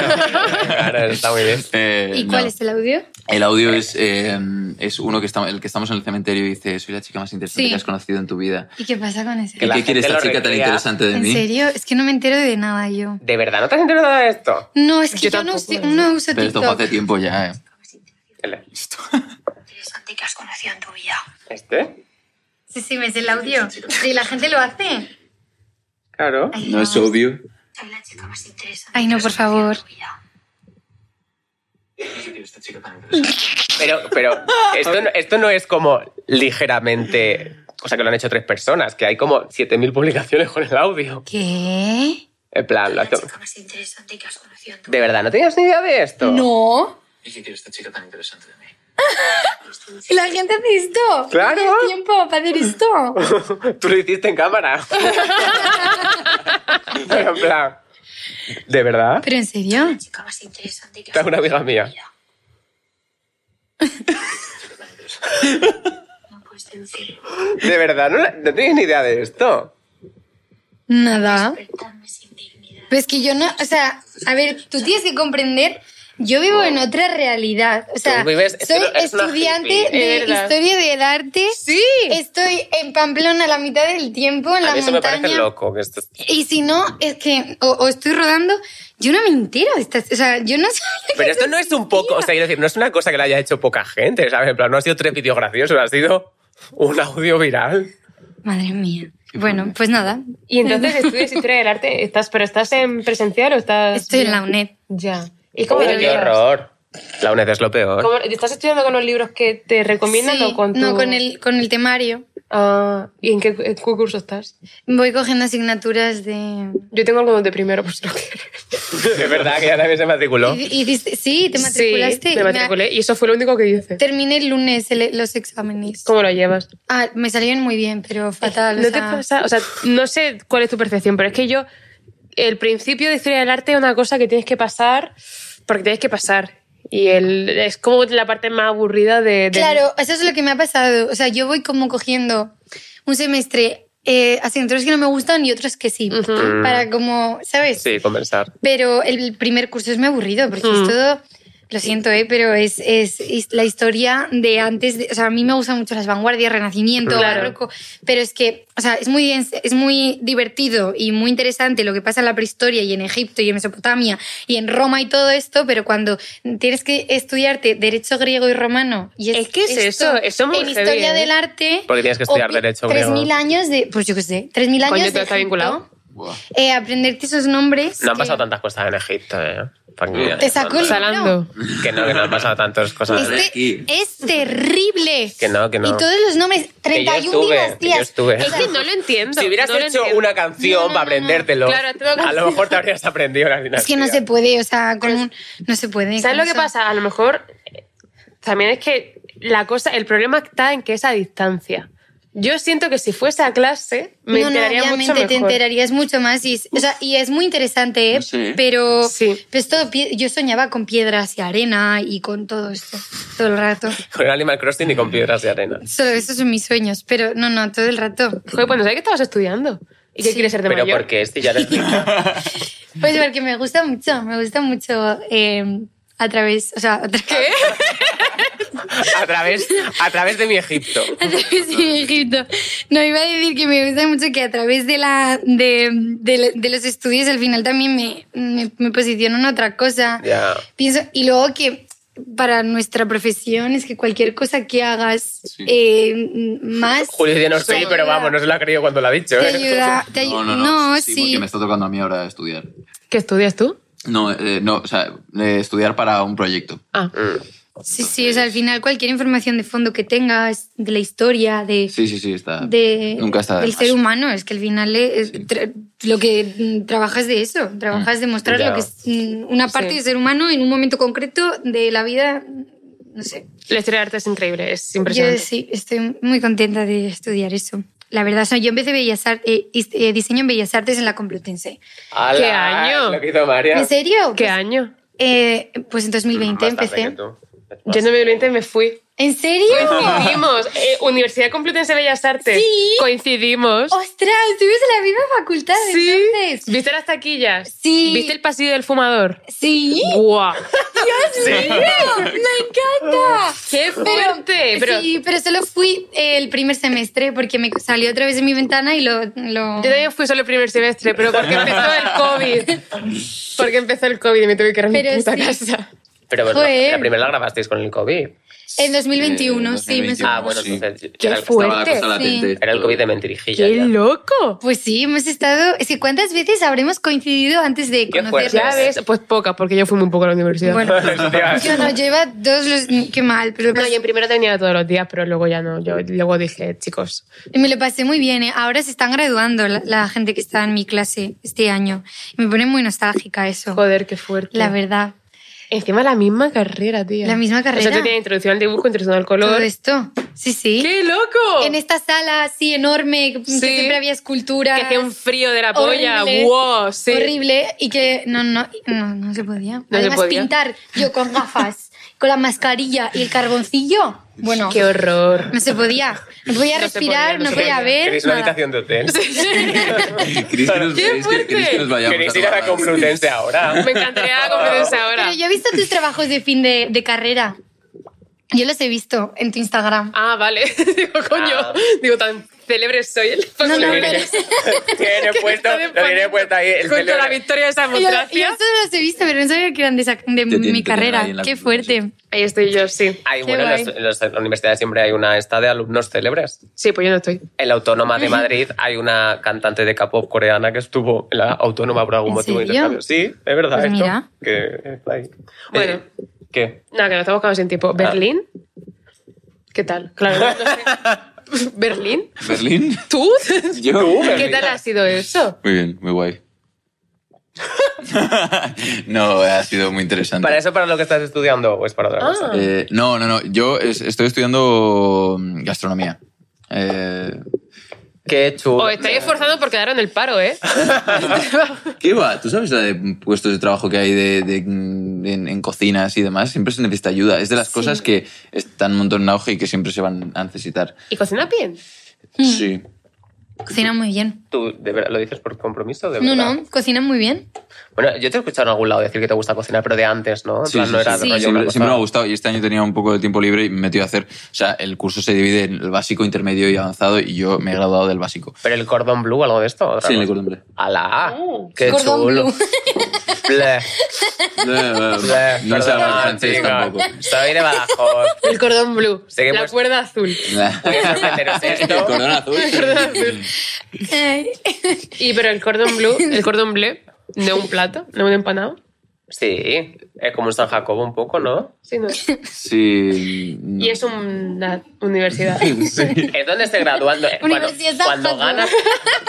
Claro, está muy bien. Eh, ¿Y cuál no. es el audio? El audio es, eh, es uno que estamos, el que estamos en el cementerio y dice, soy la chica más interesante Sí. que has conocido en tu vida. ¿Y qué pasa con ese? Que ¿Y la qué quiere gente esta lo chica tan recrea. interesante de ¿En mí? serio? Es que no me entero de nada yo. ¿De verdad no te has enterado de esto? No, es que Yo yo, no, tampoco, uso- ¿no? no uso Pero esto fue TikTok. hace tiempo ya. eh. El- interesante que has conocido en tu vida. ¿Este? Sí, sí, me es el audio. Sí, la gente lo hace. Claro. Ay, No es obvio. Soy la chica más interesante. Ay, no, por favor. Pero, pero esto, no, esto no es como ligeramente. O sea, que lo han hecho tres personas, que hay como 7.000 publicaciones con el audio. ¿Qué? En plan, lo ha hecho- chica más interesante que has conocido en tu ¿De verdad no tenías ni idea de esto? No. ¿Y qué quiere esta chica tan interesante de mí? La gente hace esto. Claro. No hay tiempo para hacer esto. Tú lo hiciste en cámara. Pero en plan. ¿De verdad? ¿Pero en serio? chica más interesante que has Esta es una amiga mía. No puedes deducir. ¿De verdad? ¿No, la- no tenías ni idea de esto? Nada. Despertarme sin dignidad. Pues que yo no, o sea, a ver, tú tienes que comprender, yo vivo en otra realidad. O sea, Tú vives- soy eres una estudiante hippie. de Es verdad. historia del arte. Sí. Estoy en Pamplona la mitad del tiempo, en A la mí eso me montaña. parece loco. Que esto... Y si no, es que o, o estoy rodando, yo no me entero de estas, o sea, yo no sabía que Pero esto no es un poco, o sea, quiero decir, no es una cosa que la haya hecho poca gente, ¿sabes? En plan, no ha sido tres vídeos graciosos, ha sido un audio viral. Madre mía. Bueno, pues nada. Y entonces estudias historia del arte, estás, pero estás en presencial o estás. Estoy en la UNED. Ya. ¿Y cómo Uy, lo qué llevas? horror! La UNED es lo peor. ¿Cómo- ¿Estás estudiando con los libros que te recomiendan Sí, o con tu... No, con el, con el temario. Ah, ¿Y en qué, en qué curso estás? Voy cogiendo asignaturas de... Yo tengo algunos de primero, por si lo quieres. Es verdad que ya nadie se matriculó. Y- y dices- sí, te matriculaste. Sí, me matriculé. Y eso fue lo único que hice. Terminé el lunes el- los exámenes. ¿Cómo lo llevas? Ah, me salieron muy bien, pero fatal. o ¿No te sea, pasa? O sea, no sé cuál es tu percepción, pero es que yo... El principio de historia del arte es una cosa que tienes que pasar porque tienes que pasar. Y el, es como la parte más aburrida de... de- Claro, eso es lo que me ha pasado. O sea, yo voy como cogiendo un semestre eh, asignaturas que no me gustan y otros que sí. Ujú. Para como, ¿sabes? Sí, conversar. Pero el primer curso es muy aburrido porque Mm. es todo. Lo siento, eh, pero es, es, es la historia de antes. de- o sea, a mí me gustan mucho las vanguardias, Renacimiento, Claro. Barroco. Pero es que, o sea, es muy, dens- es muy divertido y muy interesante lo que pasa en la prehistoria y en Egipto y en Mesopotamia y en Roma y todo esto. Pero cuando tienes que estudiarte derecho griego y romano. Y es, Es que es esto eso, eso muy En heavy, historia ¿eh? del arte. Porque tienes que estudiar opi- derecho griego. 3.000 años de. Pues yo qué sé, 3.000 años. Coño, de todo está Egipto. vinculado. Buah. Eh, aprenderte esos nombres. No han que- pasado tantas cosas en Egipto, ¿eh? Para que- Te sacó el- Salando. Que no, que no han pasado tantas cosas. Este- ¿eh? aquí. es terrible. Que no, que no. Y todos los nombres, 31 estuve, días, que yo tías. estuve. O Es sea, que no lo entiendo. Si hubieras no lo hecho entiendo. una canción No, para no, no, no. aprendértelo, Claro, tengo a lo canción. mejor te habrías aprendido la dinastía. es que no se puede, o sea, con un... No se puede. ¿Sabes con lo que eso. pasa? A lo mejor eh, también es que la cosa, el problema está en que es a distancia. Yo siento que si fuese a clase me no, no, enteraría mucho obviamente mejor. te enterarías mucho más y, es- o sea, y es muy interesante, ¿eh? No sé. pero Sí. pero es todo pie- yo soñaba con piedras y arena y con todo esto, todo el rato. Con el Animal Crossing y con piedras de arena. Solo esos son mis sueños, pero no, no, todo el rato. Joder, pues no sé qué estabas estudiando. ¿Y qué Sí. quieres ser de Pero mayor? porque este ya eres Pues porque me gusta mucho, me gusta mucho eh, a través, o sea, a través... a través, a través de mi Egipto. A través de Egipto. No, iba a decir que me gusta mucho que a través de, la, de, de- de los estudios al final también me, me, me posiciono en otra cosa. Ya. Pienso, y luego que para nuestra profesión es que cualquier cosa que hagas Sí. eh, m- más... Julio dice no estoy, te pero ayuda- vamos, no se lo ha creído cuando lo ha dicho. Te ¿eh? ayuda... te ayu- No, no, no. sí, porque me está tocando a mí ahora estudiar. ¿Qué estudias tú? No, eh, no, o sea, eh, estudiar para un proyecto. Ah, Sí, sí, o sea, al final cualquier información de fondo que tengas, de la historia, de, Sí, sí, sí, está. de- Nunca está de del más. ser humano, es que al final eh, eh, tra- lo que mm, trabajas de eso, trabajas de mostrar Ya. lo que es mm, una parte Sí. del ser humano en un momento concreto de la vida, no sé. la historia de arte es increíble, es Yo impresionante. sí, estoy muy contenta de estudiar eso. La verdad, o sea, yo empecé Bellas Ar- eh, is- eh, diseño en Bellas Artes en la Complutense. ¡Hala! ¿Qué año? Es Lo que hizo María. ¿En serio? ¿Qué Pues, año? eh, pues en 2020 Más tarde que empecé. tú. Es más- Yo en 2020 me fui. ¿En serio? Coincidimos. eh, Universidad Complutense de Bellas Artes. Sí. Coincidimos. ¡Ostras! ¿Estuvimos en la misma facultad Sí. entonces? ¿Viste las taquillas? Sí. ¿Viste el pasillo del fumador? ¡Sí! ¡Guau! ¡Dios mío! ¡Me encanta! ¡Qué fuerte! Pero, sí, pero solo fui eh, el primer semestre porque me salió otra vez de mi ventana y lo... lo- Yo también fui solo el primer semestre, pero porque empezó el COVID. Porque empezó el COVID y me tuve que ir a mi Pero puta sí. casa. Pero bueno, Joder. la primera la grabasteis con el COVID. En 2021, Eh, sí. me 2021. Ah, bueno, Sí. entonces. Qué era el- fuerte. Estaba la cosa Sí. latente. Era el COVID de mentirijilla. ¡Qué ya. loco! Pues sí, hemos estado... Es que ¿cuántas veces habremos coincidido antes de Qué fuerte. conocernos? Ya ves, pues pocas, porque yo fui muy poco a la universidad. Bueno, pues yo no, yo iba dos... Los, qué mal, pero... No, yo en primero tenía todos los días, pero luego ya no. Yo luego dije, chicos, Y me lo pasé muy bien. ¿eh? Ahora se están graduando la, la gente que está en mi clase este año. Me pone muy nostálgica eso, joder, qué fuerte. la verdad. Encima la misma carrera, tía. La misma O sea, tú carrera. tienes introducción al dibujo, introducción al Todo color. esto. Sí, sí. ¡Qué loco! En esta sala así enorme, que Sí. siempre había escultura. que hacía un frío de la polla. horrible, ¡Wow! Sí. Horrible. Y que no, no, no, no se podía. se Además, podía. pintar yo con gafas, con la mascarilla y el carboncillo. Bueno, ¡Qué horror! no se podía. No podía No se podía, respirar, no no se podía podía. ver. ¿Queréis una nada. habitación de hotel? ¿Queréis que ¡Qué nos, queréis que- queréis que nos fuerte! vayamos ¿Queréis ir pues a la tomar algo? Complutense ahora? Me encantaría competencia ahora. Pero yo he visto tus trabajos de fin de, de carrera. Yo los he visto en tu Instagram. Ah, vale. Digo, coño. Ah. Digo, tan célebre soy el No, no, pero- Lo Tiene puesto, lo tiene puesto ahí. El Contra teléfono. la victoria de esa Yo, yo democracia. solo los he visto, pero no sabía que eran de, esa- de tienen- mi te tienen carrera. ahí en la Qué computadora, fuerte. Ahí estoy yo, sí. Ay, Qué bueno, en, guay. los- en los- en la universidad siempre hay una esta de alumnos célebres. Sí, pues yo no estoy. En la Autónoma de Madrid hay una cantante de K-pop coreana que estuvo en la Autónoma por algún ¿En motivo. de serio? intercambio. Sí, es verdad. Pues esto, mira. que está ahí. Bueno. Eh, ¿Qué? No, que nos estamos quedando sin Ah. tiempo. ¿Berlín? ¿Qué tal? Claro, no sé. ¿Berlín? ¿Berlín? ¿Tú? ¿Yo? ¿Qué tal ha sido eso? Muy bien, muy guay. no, ha sido muy interesante. ¿Para eso, para lo que estás estudiando o es para Ah. otra Ah. cosa? Eh, no, no, no. Yo es- estoy estudiando mm, gastronomía. Eh, Qué chulo. Os Oh, estáis esforzando por quedar en el paro, ¿eh? ¿Qué va? ¿Tú sabes la de puestos de trabajo que hay de, de- en, en cocinas y demás? Siempre se necesita ayuda. Es de las cosas que están un montón en auge y que siempre se van a necesitar. ¿Y cocinas bien? Sí. Cocina muy bien. ¿Tú de verdad lo dices por compromiso? De No, verdad? no, cocina muy bien. Bueno, yo te he escuchado en algún lado decir que te gusta cocinar, pero de antes, ¿no? En Sí, plan, sí, no sí. era Sí. rollo una Siempre, cosa- siempre me ha gustado y este año tenía un poco de tiempo libre y me he metido a hacer. O sea, el curso se divide en el básico, intermedio y avanzado y yo me he graduado del básico. Pero el cordón blue, algo de esto. Sí, en el cordón bleu. Ah. ¡Alá! Oh. Oh. ¡Qué Cordón chulo! blue. Ble, ble, no sé perdón, hablar francés chicos. tampoco. Soy de Badajoz. El cordón blue. Seguimos. La cuerda azul. Voy a sorprenderos El esto. cordón azul. El cordón azul. Ay, Y pero el cordón blue, el cordón bleu, no un plato, no un empanado. Sí, es como un San Jacobo un poco, ¿no? Sí, no. Sí. no. Y es una universidad. Sí. Es donde se gradúan. eh, Bueno, Universidad cuando Jacobo. ganas,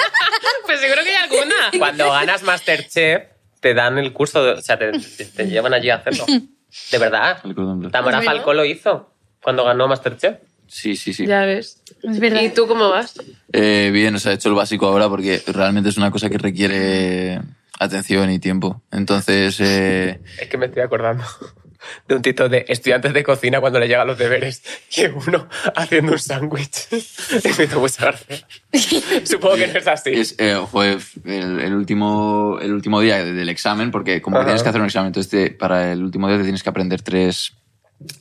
Pues seguro que hay alguna. cuando ganas Masterchef, te dan el curso, de- o sea, te, te- te llevan allí a hacerlo. De verdad. El cordón bleu. Tamara ¿Es verdad? Falcó lo hizo cuando ganó Masterchef. Sí, sí, sí. Ya ves. Es verdad. ¿Y tú cómo vas? Eh, bien, o sea, he hecho el básico ahora porque realmente es una cosa que requiere atención y tiempo. Entonces, eh, Es que me estoy acordando de un título de estudiantes de cocina cuando le llegan los deberes y uno haciendo un sándwich. Me hizo mucha gracia. Supongo que no es así. es, eh, fue el, el último, el último día del examen, porque como que Ajá. tienes que hacer un examen, entonces te- para el último día te tienes que aprender tres,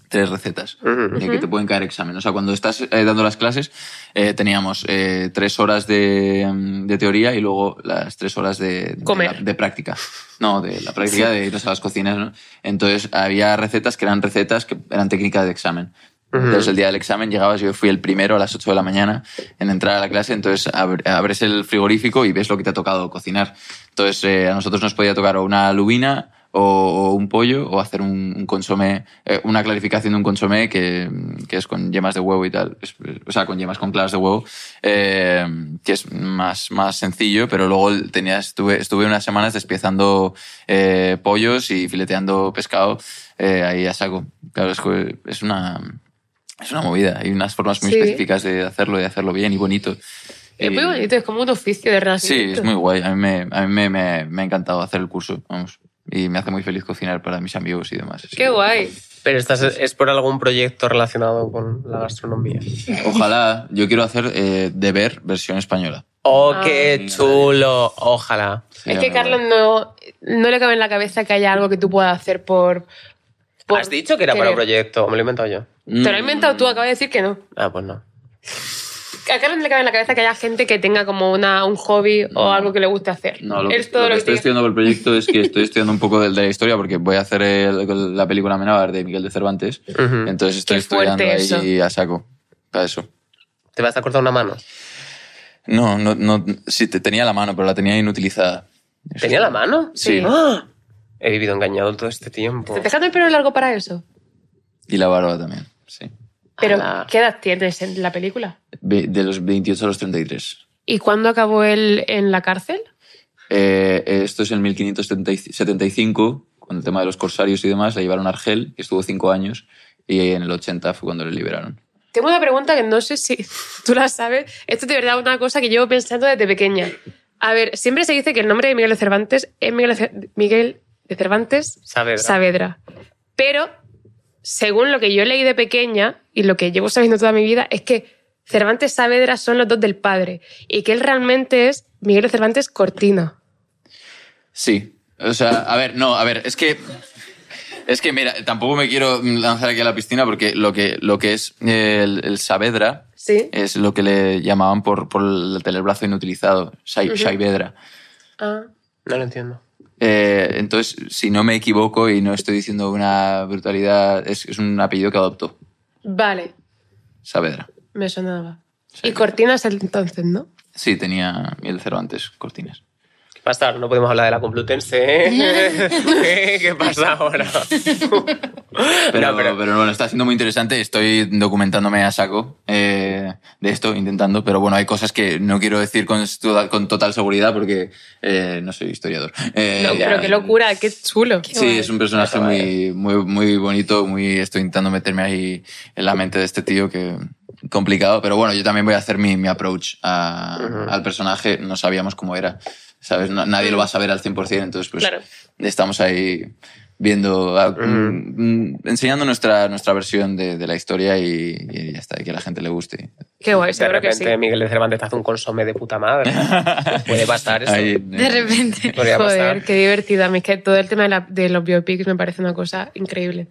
tres recetas Ujú. eh, que te pueden caer examen. O sea, cuando estás eh, dando las clases, eh, teníamos eh, tres horas de, mm, de teoría y luego las tres horas de, de Comer. la- de práctica. No, de la práctica de irnos a las cocinas. ¿no? Entonces había recetas que eran recetas que eran técnicas de examen. Entonces el día del examen llegabas, yo fui el primero a las 8 de la mañana en entrar a la clase, entonces ab- abres el frigorífico y ves lo que te ha tocado cocinar. Entonces eh, a nosotros nos podía tocar o una lubina o, o un pollo o hacer un, un consomé, eh, una clarificación de un consomé que, que es con yemas de huevo y tal, Es- o sea, con yemas con claras de huevo, eh, que es más, más sencillo, pero luego tenía, estuve, estuve unas semanas despiezando eh, pollos y fileteando pescado eh, ahí a saco. Claro, es que es una... Es una movida, hay unas formas muy Sí. específicas de hacerlo, de hacerlo bien y bonito. Es muy Y- bonito, es como un oficio de Eh, Sí, renacimiento. es muy guay. A mí, me, a mí me, me- me ha encantado hacer el curso, vamos. Y me hace muy feliz cocinar para mis amigos y demás. así Qué que- guay. Pero estás, es por algún proyecto relacionado con la gastronomía. Ojalá, yo quiero hacer eh, deber versión española. ¡Oh, Ah. qué chulo! Ojalá. es que Sería muy Carlos guay. no, no le cabe en la cabeza que haya algo que tú puedas hacer por. por ¿Has dicho que era para un querer. proyecto? ¿O me lo he inventado yo? Te lo has inventado tú, acabas de decir que no. Ah, pues no. A Carlos no le cabe en la cabeza que haya gente que tenga como una, un hobby o No. algo que le guste hacer. No, lo, que- es todo lo que lo que, estoy tiene. estudiando por el proyecto es que estoy estudiando un poco del- de, la historia porque voy a hacer el- la película Amenábar de Miguel de Cervantes. Ujú. Entonces estoy Mm. Qué fuerte estudiando ahí a saco para eso. ¿Te vas a cortar una mano? No, no, no, sí, te- tenía la mano, pero la tenía inutilizada. Eso ¿Tenía es- la mano? Sí. ¡Ah! He vivido engañado todo este tiempo. ¿Te dejas el pelo largo para eso? Y la barba también, sí. Pero, Ala. ¿qué edad tienes en la película? Ve- De los 28 a los 33. ¿Y cuándo acabó él en la cárcel? Eh, esto es en 1575, con el tema de los corsarios y demás, la llevaron a Argel, que estuvo cinco años, y en el 80 fue cuando le liberaron. Tengo una pregunta que no sé si tú la sabes. Esto es de verdad una cosa que llevo pensando desde pequeña. A ver, siempre se dice que el nombre de Miguel de Cervantes es Miguel de, Cer- Miguel de Cervantes Saavedra. Saavedra. Pero, según lo que yo leí de pequeña y lo que llevo sabiendo toda mi vida, es que Cervantes Saavedra son los dos del padre y que él realmente es Miguel de Cervantes Cortina. Sí, o sea, a ver, no, a ver, es que... Es que, mira, tampoco me quiero lanzar aquí a la piscina porque lo que, lo que es el, el Saavedra ¿Sí? es lo que le llamaban por, por el telebrazo inutilizado, Sai- Saavedra. Ah. No lo entiendo. Eh, entonces, si no me equivoco y no estoy diciendo una brutalidad, es, es un apellido que adoptó, Vale, Saavedra. me sonaba. Sí. Y Cortina es el entonces, ¿no? Sí, tenía Miguel de Cervantes Cortines. ¿Qué pasa? ahora? No podemos hablar de la Complutense. ¿eh? ¿Qué qué pasa ahora? Pero, No, pero... pero- bueno, está siendo muy interesante. Estoy documentándome a saco eh, de esto, intentando. Pero bueno, hay cosas que no quiero decir con, estu- con total seguridad porque eh, no soy historiador. Eh, No, pero qué locura, qué chulo. Sí, es un personaje muy, muy, muy bonito, muy estoy intentando meterme ahí en la mente de este tío que complicado, pero bueno, yo también voy a hacer mi, mi approach a- al personaje, no sabíamos cómo era, ¿sabes? No- nadie lo va a saber al 100%, entonces pues Claro. estamos ahí viendo, a- mm, enseñando nuestra, nuestra versión de, de la historia y, y ya está, y que a la gente le guste. Qué guay, De seguro que sí. repente Miguel de Cervantes te hace un consomé de puta madre. Puede pasar eso. Ahí, De repente. Podría Joder, pasar. qué divertido. A mí es que todo el tema de, la- de los biopics me parece una cosa increíble.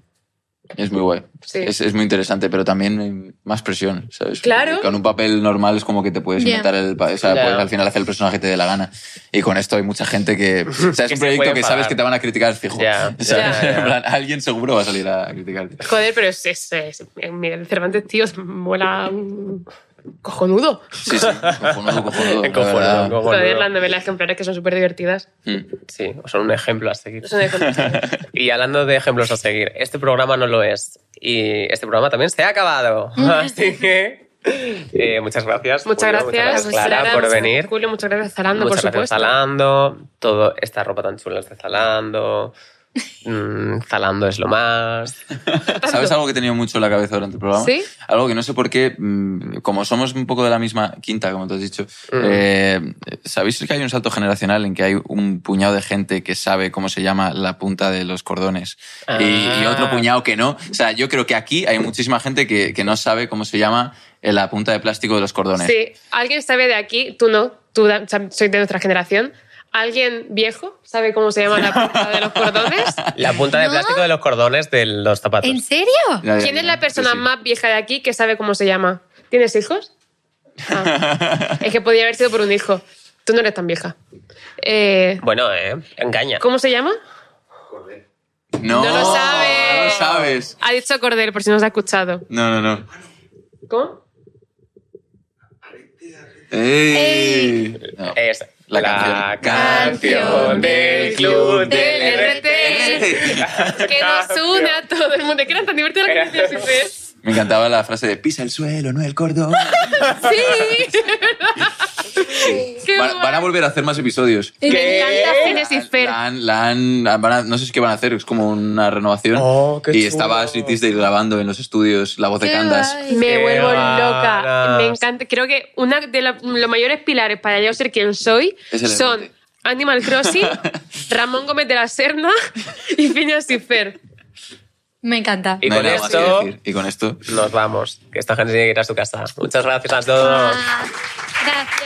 Es muy guay. Sí. Es, es muy interesante, pero también eh, más presión, ¿sabes? Claro. Porque Con un papel normal es como que te puedes Ya. inventar el... pa- O sea, Ya. puedes al final hacer el personaje que te dé la gana. Y con esto hay mucha gente que... O sea, es Que un se puede proyecto que sabes enfadar. que te van a criticar fijo. Ya, ¿Sabes? ya, ya. En plan, alguien seguro va a salir a criticarte. Joder, pero es, es, es- Miguel Cervantes, tío, mola un cojonudo. Sí, sí. Cojonudo, cojonudo. la Cojonudo, verdad. cojonudo. Joder, las novelas ejemplares que son súper divertidas. Mm. Sí, son un ejemplo a seguir. Son de- Y hablando de ejemplos a seguir, este programa no lo es. Y este programa también se ha acabado. Así que eh, muchas gracias. Mm. muchas Julio, gracias, Clara, Clara, por muchas venir. gracias, Julio, muchas gracias, Zalando, muchas por gracias, supuesto. Zalando. Toda esta ropa tan chula es de Zalando. Mm, Zalando es lo más. ¿Sabes algo que he tenido mucho en la cabeza durante el programa? ¿Sí? Algo que no sé por qué, mm, como somos un poco de la misma quinta, como te has dicho, eh, ¿sabéis que hay un salto generacional en que hay un puñado de gente que sabe cómo se llama la punta de los cordones y, y Ah. otro puñado que no? O sea, yo creo que aquí hay muchísima gente que, que no sabe cómo se llama eh, la punta de plástico de los cordones. Sí, alguien sabe de aquí, tú no, tú da- soy de nuestra generación. ¿Alguien viejo sabe cómo se llama la punta de los cordones? La punta de ¿No? plástico de los cordones de los zapatos. ¿En serio? Ya, ya, ¿Quién ya, es la sí, persona sí. más vieja de aquí que sabe cómo se llama? ¿Tienes hijos? Ah. es que podría haber sido por un hijo. Tú no eres tan vieja. Eh, Bueno, eh, engaña. ¿Cómo se llama? No, No lo sabes. No lo sabes. Ha dicho Cordel, por si no os ha escuchado. No, no, no. ¿Cómo? ¡Ey! No. Es La la, canción. canción. Canción del club del del RT. Que nos une a todo el mundo. Que era tan divertida la canción siempre. Me encantaba la frase de pisa el suelo, no el cordón. Sí. Qué Van, van a guay. volver a hacer más episodios. Me ¿Qué? encanta Genesis Fair. Ah, La han- la han- van a- no sé si qué van a hacer, es como una renovación. Oh, qué y chulo. estaba Sweet Disney grabando en los estudios la voz de Qué Candas. guay. Me Qué vuelvo loca. ganas. Me encanta. Creo que uno de la- los mayores pilares para yo ser quien soy Es el son elefante. Animal Crossing, Ramón Gómez de la Serna y Phineas y Fer. Me encanta. Y No hay con nada más que esto- decir. Y con esto. Nos vamos. Que esta gente tiene que ir a su casa. Muchas gracias a todos. Ah, gracias.